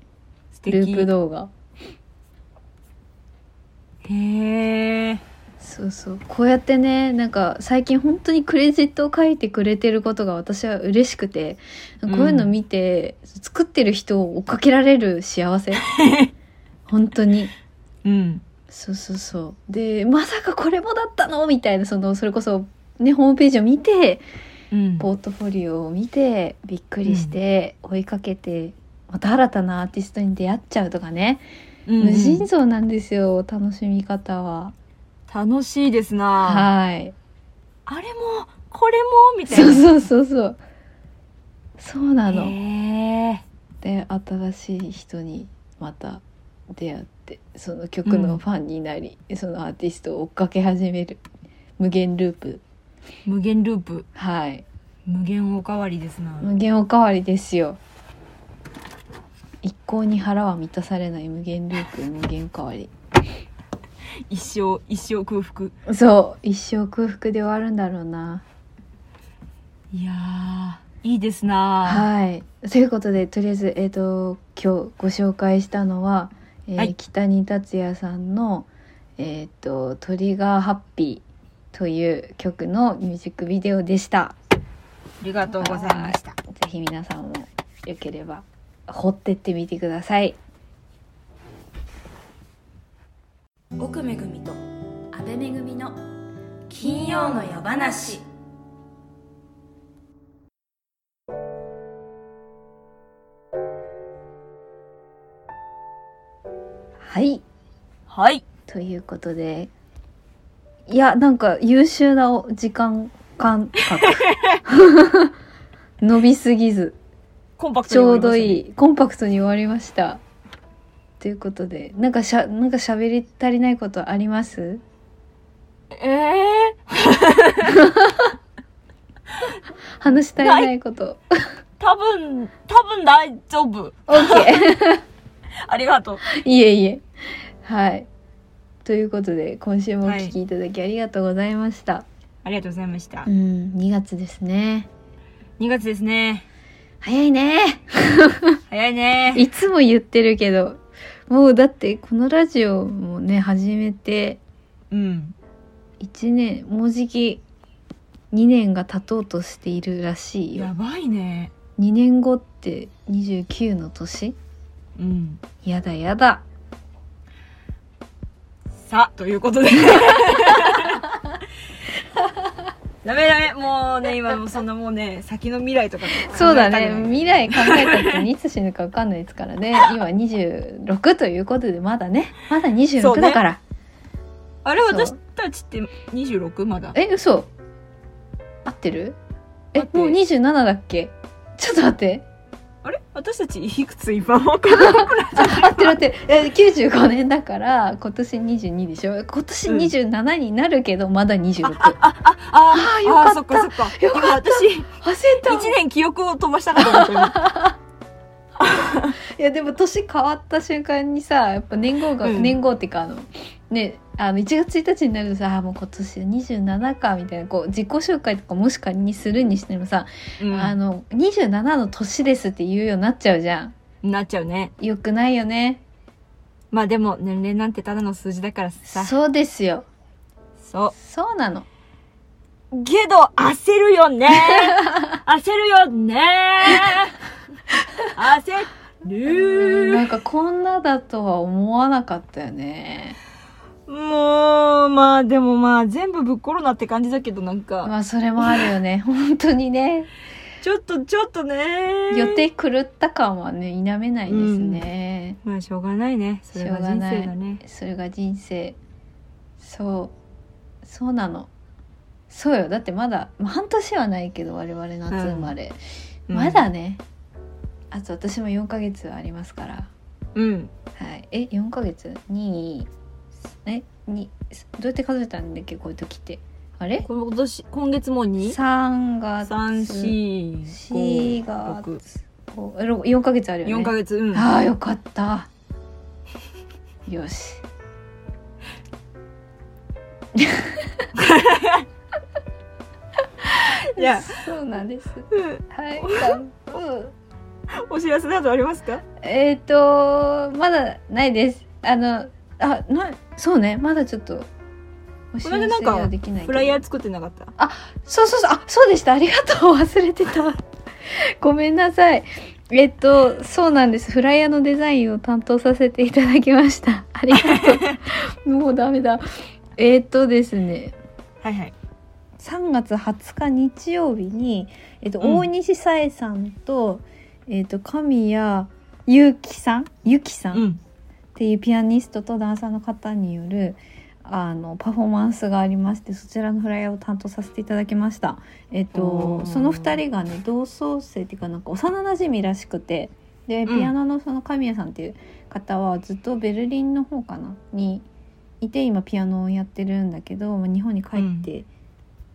S2: 素敵
S1: ループ動画。
S2: へえ
S1: そうそう。こうやってね、なんか最近本当にクレジットを書いてくれてることが私は嬉しくて、こういうの見て、
S2: [LAUGHS]
S1: 作ってる人を追っかけられる幸せ。本当に。
S2: うん
S1: そうそうそうでまさかこれもだったのみたいなそのそれこそ、ね、ホームページを見て
S2: うん
S1: ポートフォリオを見てびっくりして追いかけて、また新たなアーティストに出会っちゃうとかね、
S2: うん
S1: 無尽蔵なんですよ楽しみ方は。
S2: 楽しいですな
S1: はい
S2: あれもこれもみたいな
S1: そうそうそうそうそうなの。
S2: へえ
S1: で新しい人にまた出会ってその曲のファンになり、そのアーティストを追っかけ始める無限ループ
S2: 無限ループ
S1: はい
S2: 無限おかわりですな
S1: 無限おかわりですよ一向に腹は満たされない無限ループ無限おかわり
S2: 一生一生空腹
S1: そう一生空腹で終わるんだろうない
S2: やーいいですな
S1: はいということでとりあえず、えー、と今日ご紹介したのは、えー
S2: はい
S1: 北に達也さんの「えー、とトリガーハッピー」という曲のミュージックビデオでした。
S2: ありがとうございました
S1: ぜひ皆さんもよければ掘ってってみてください。
S3: 奥めぐみと阿部めぐみの金曜の夜話
S1: はい
S2: はい
S1: ということでいやなんか優秀なお時間感覚
S3: [LAUGHS]
S1: 伸びすぎず
S2: コンパクト
S1: ちょうど
S2: い
S1: いいコンパクトに終わりましたということでなんかしゃなんか喋り足りないことあります
S2: ええ
S1: 話し足りないこと
S2: 多分多分大丈夫
S1: OK
S2: ありがとう
S1: [LAUGHS] いえいえはいということで今週もお聞きいただきありがとうございました、
S2: ありがとうございました
S1: うん2月ですね
S2: 2月ですね
S1: 早いね
S2: 早いね
S1: いつも言ってるけどもうだってこのラジオもね始めて
S2: うん
S1: 1年もうじき2年が経とうとしているらしいよ
S2: やばいね
S1: 2年後って29の年
S2: うん
S1: やだやだ
S2: さあということで [LAUGHS] ダメダメもうね今もうそんなもうね先の未来とか考えたくない
S1: そうだね未来考えたっていつ死ぬか分かんないですから [LAUGHS] ね今26ということでまだねまだ
S2: そう
S1: 26
S2: ね
S1: だから、
S2: あれ
S1: そう
S2: 私たちって 26? まだ
S1: え嘘合ってるえ
S2: 合ってる
S1: もう27だっけちょっと待って
S2: あれ私たちいくつ今
S1: [LAUGHS]
S2: わかんない
S1: あ合ってる合ってるえ95年だから今年22でしょ今年27になるけどまだ26、あ
S2: あ
S1: あーよかった
S2: ーそっかそっか
S1: よかった
S2: 今
S1: [LAUGHS]
S2: 私
S1: 焦っ
S2: 1年記憶を飛ばしたかと思った今
S1: いやでも年変わった瞬間にさやっぱ年号が、
S2: うん
S1: 年号っていうかあのねあの1月1日になるとさあーもう今年27かみたいなこう自己紹介とかもしかにするにしてもさ、 [LAUGHS]
S2: うん
S1: あの27の年ですって言うようになっちゃうじゃん。
S2: なっちゃうね
S1: よくないよね。
S2: まあでも年齢なんてただの数字だからさ
S1: そうですよ。
S2: そ
S1: そうなの。
S2: うけど焦るよ
S1: [LAUGHS]
S2: ね焦るよね焦る
S1: なんかこんなだとは思わなかったよね。
S2: もうまあでもまあ全部ぶっコロナって感じだけどなんか、
S1: まあそれもあるよね。本当にね。
S2: ちょっとちょっとね
S1: 予定狂った感はね否めないですね。
S2: まあしょうがないねそれが
S1: しょうが
S2: 人
S1: ない
S2: 生だね
S1: それが人生そうそうなのそうよだってまだ、まあ、半年はないけど我々夏生まれ、
S2: うん
S1: まだねあと私も4ヶ月はありますから
S2: うん
S1: はいえ4ヶ月にえにどうやって数えたんだっけこういう時ってあれ
S2: この今年今月もに
S1: 3月
S2: 三四
S1: 四
S2: 五
S1: 月
S2: 六
S1: こうろ4ヶ月あるよ
S2: 四
S1: ね
S2: ヶ月うん
S1: ああよかったよし
S2: いや
S1: そうなんです
S2: うん
S1: はい乾杯
S2: お知らせなどありますか
S1: えっ、ー、とまだないですあのあなそうねまだちょっとお知らせはできないけど
S2: フライヤー作ってなかった
S1: [LAUGHS] そうそうそうあそうでしたありがとう忘れてたごめんなさいえっとそうなんですフライヤーのデザインを担当させていただきま
S2: [LAUGHS]
S1: したありがとうもうダメだえっとですね
S2: はいはい
S1: 3月20日日曜日に、えっと
S2: うん
S1: 大西さえさんと、えっと神谷ゆきさんゆきさん
S2: う
S1: っ
S2: ん
S1: ていうピアニストとダンサーの方によるあのパフォーマンスがありましてそちらのフライヤーを担当させていただきました。えっと
S2: おー
S1: その2人がね同窓生っていうかなんか幼なじみらしくてで
S2: うん
S1: ピアノのその神谷さんっていう方はずっとベルリンの方かなにいて今ピアノをやってるんだけどまあ日本に帰って、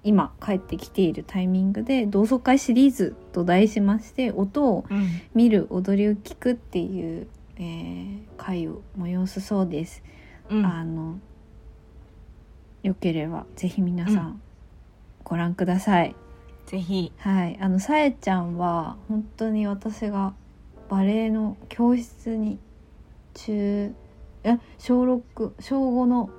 S1: 今帰ってきているタイミングで同窓会シリーズと題しまして音を
S2: うん
S1: 見る踊りを聞くっていう、えー会を催すそうです。
S2: うん
S1: あのよければぜひ皆さ
S2: うん
S1: ご覧ください。
S2: ぜひ
S1: はい、あのさえちゃんは本当に私がバレエの教室に中え小6小5の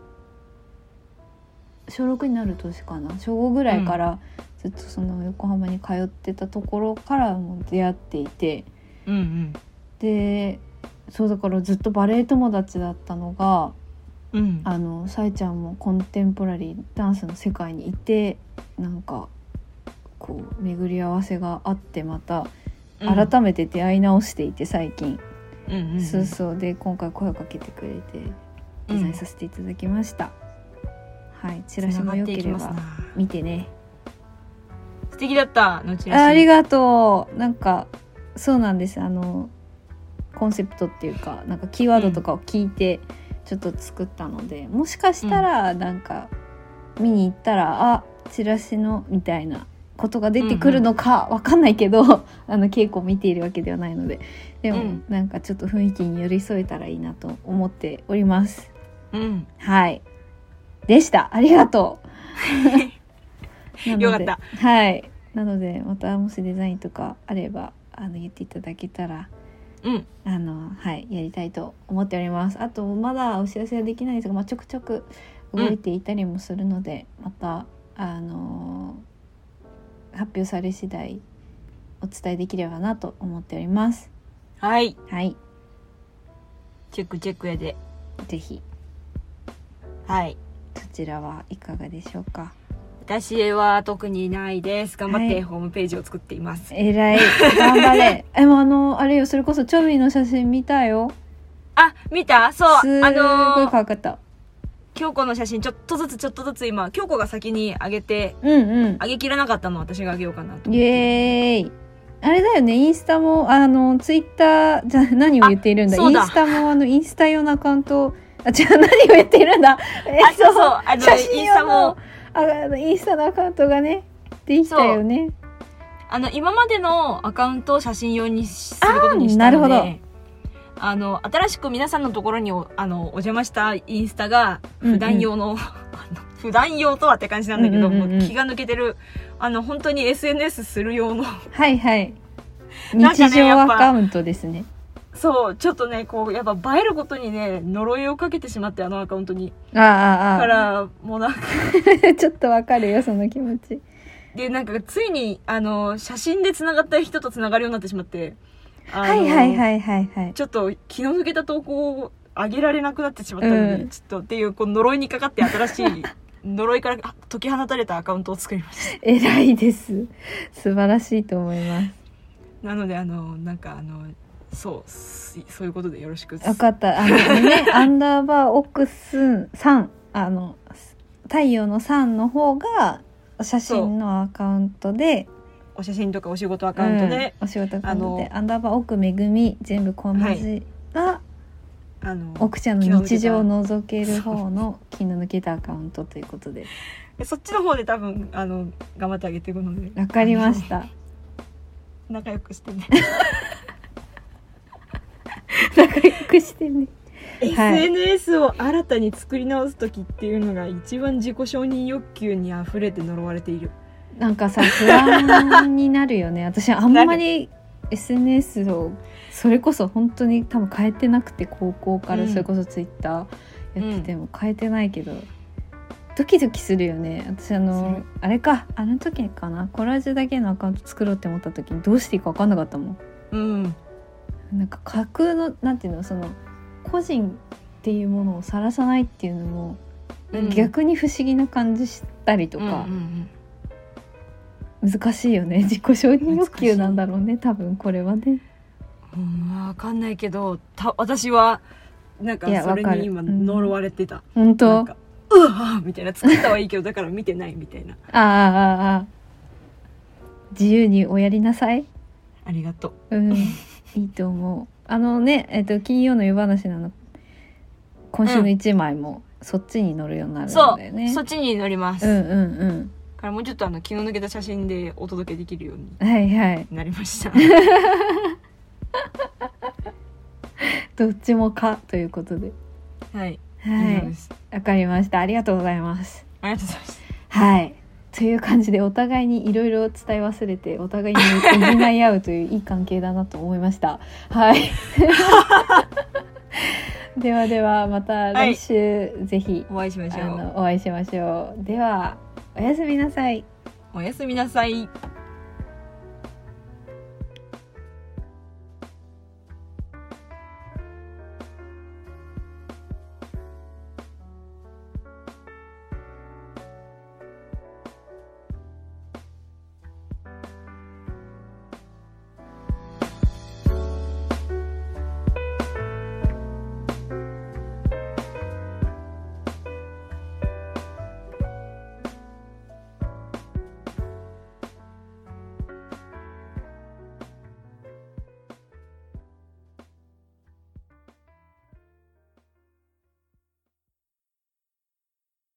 S1: 小6になる年かな小5ぐらいからずっとその横浜に通ってたところからも出会っていて
S2: うんうん
S1: でそうだからずっとバレエ友達だったのが
S2: うん
S1: あのさえちゃんもコンテンポラリーダンスの世界にいてなんかこう巡り合わせがあってまた
S2: うん
S1: 改めて出会い直していて最近、
S2: うんうん
S1: そうそうで今回声をかけてくれてデザインさせていただきました、はいチラシも良けれ
S2: つなが
S1: ば
S2: っていきますな
S1: 見てね
S2: 素敵だったのチラシ
S1: あありがとうなんかそうなんですあのコンセプトっていうかなんかキーワードとかを聞いてちょっと作ったので、もしかしたらなんか見に行ったらあチラシのみたいなことが出てくるのかわかんないけど、 [LAUGHS] あの稽古を見ているわけではないのででも、
S2: うん
S1: なんかちょっと雰囲気に寄り添えたらいいなと思っております。
S2: うん
S1: はいでしたありがとうなの
S2: [LAUGHS]
S1: で
S2: よかった
S1: はいなのでまたもしデザインとかあればあの言っていただけたら
S2: うん
S1: あのはいやりたいと思っておりますあとまだお知らせはできないんですが、まあ、ちょくちょく動いていたりもするので、またあのー発表され次第お伝えできればなと思っております
S2: はい
S1: はい
S2: チェックチェックやで
S1: ぜひ
S2: はい
S1: そちらはいかがでしょうか
S2: 私は特にないです頑張っ
S1: はい
S2: てホームページを作っています、
S1: えらい頑張れ
S2: [LAUGHS]
S1: えもうあのあれよそれこそチョビの写真見たよ
S2: あ見たそうあ
S1: すーごい
S2: のー
S1: 可愛かった、
S2: 京子の写真ちょっとずつちょっとずつ今京子が先に上げて
S1: うんうん
S2: 上げきらなかったの私が上げようかな
S1: イ
S2: と思って
S1: エーイあれだよねインスタもあのツイッターじゃ何を言っているんだ
S2: あそ
S1: イ
S2: う
S1: ン
S2: だ
S1: スタもあのインスタ用のアカウントあ違う何を言っているんだえ
S2: あそうそうあの
S1: 写真
S2: インスタ
S1: 用の
S2: も
S1: ああのインスタのアカウントがねできたよね
S2: あの今までのアカウントを写真用にすることにし
S1: あ
S2: た
S1: ー
S2: ので
S1: なる
S2: あの新しく皆さんのところにおあのお邪魔したインスタが
S1: うんうん
S2: 普段用の,、 [LAUGHS] あの普段用とはって感じなんだけど、
S1: うんうんうんうん
S2: もう気が抜けてるあの本当に SNS する用の [LAUGHS]
S1: はいはい
S2: なんかね
S1: 日常
S2: や
S1: ア
S2: っぱ
S1: カウントですね
S2: そうちょっとねこうやっぱ映えることにね呪いをかけてしまってあのアカウントに
S1: あああ
S2: か
S1: ああ
S2: らもうなんか
S1: [LAUGHS] ちょっとわかるよその気持ち
S2: でなんかついにあの写真でつながった人とつながるようになってしまっては
S1: はいはいはいはいはい
S2: ちょっと気の抜けた投稿を上げられなくなってしまったので、
S1: うん
S2: ちょっとっていうこう呪いにかかって新しい [LAUGHS] 呪いから解き放たれたアカウントを作りました
S1: 偉いです素晴らしいと思います
S2: なのであのなんかあのそうすそういうことでよろしく
S1: わかった。あのね、 [LAUGHS] アンダーバーオックスさん、あの、太陽のさんの方が、写真のアカウントで、
S2: お写真とかお仕事ア
S1: ア
S2: カウントで、、
S1: お仕事アカウントで、
S2: あ
S1: アンダーバー奥めぐみ、全部小文字が、
S2: あの
S1: 奥ちゃんの日常を覗ける方の気の抜けたアカウントということで、
S2: そっちの方で多分あの頑張ってあげていくので
S1: わかりま [LAUGHS] した。
S2: あ [LAUGHS] の仲良くして
S1: [LAUGHS]
S2: ね、
S1: 仲良くしてね。はい
S2: SNS を新たに作り直す時っていうのが一番自己承認欲求にあふれて呪われている
S1: なんかさ、不安になるよ
S2: [LAUGHS]
S1: ね。私、あんまり SNS を、それこそ本当に多分変えてなくて、高校か
S2: う
S1: ら
S2: ん
S1: それこそツイッターやってても変えてないけど、ドキドキするよね。私、あ
S2: す
S1: の
S2: る、
S1: あれか、あの時かな、コラージュだけのアカウント作ろうって思った時にどうしていいか分かんなかったもん。
S2: うん
S1: なんか架空のなんていうのその個人っていうものをさらさないっていうのも、
S2: うん
S1: 逆に不思議な感じしたりとか
S2: うん、うん
S1: 難しいよね [LAUGHS] 自己承認欲求なんだろうね多分これはね。
S2: うんうん、わかんないけどた私はなんか
S1: いや
S2: それ
S1: わかる
S2: に今
S1: うん
S2: 呪われてた、
S1: 本
S2: な
S1: 当
S2: んかうわみたいな作ったはいいけどだから見てないみたいな
S1: ああああああ自由におやりなさい
S2: ありがとう [LAUGHS]
S1: うんいいと思うあのねえっと金曜の夜話なの今週の一枚もそっちに乗るようになるん
S2: そう
S1: だよね
S2: そっちに乗ります、
S1: うんうん
S2: からもうちょっとあの気の抜けた写真でお届けできるように
S1: うんはいはい
S2: なり
S1: [LAUGHS]
S2: ました
S1: どっちもかということで
S2: はい、
S1: は
S2: 以上で
S1: い
S2: す
S1: わかりましたありがとうございます
S2: ありがとうございます
S1: はいという感じでお互いにいろいろ伝え忘れてお互いに補い合うといういい関係だなと思いましたはい
S2: [LAUGHS]
S1: ではではまた来週、ぜひ
S2: お会いしまし
S1: あ
S2: ょう
S1: のお会いしましょう。ではおやすみなさい。
S2: おやすみなさい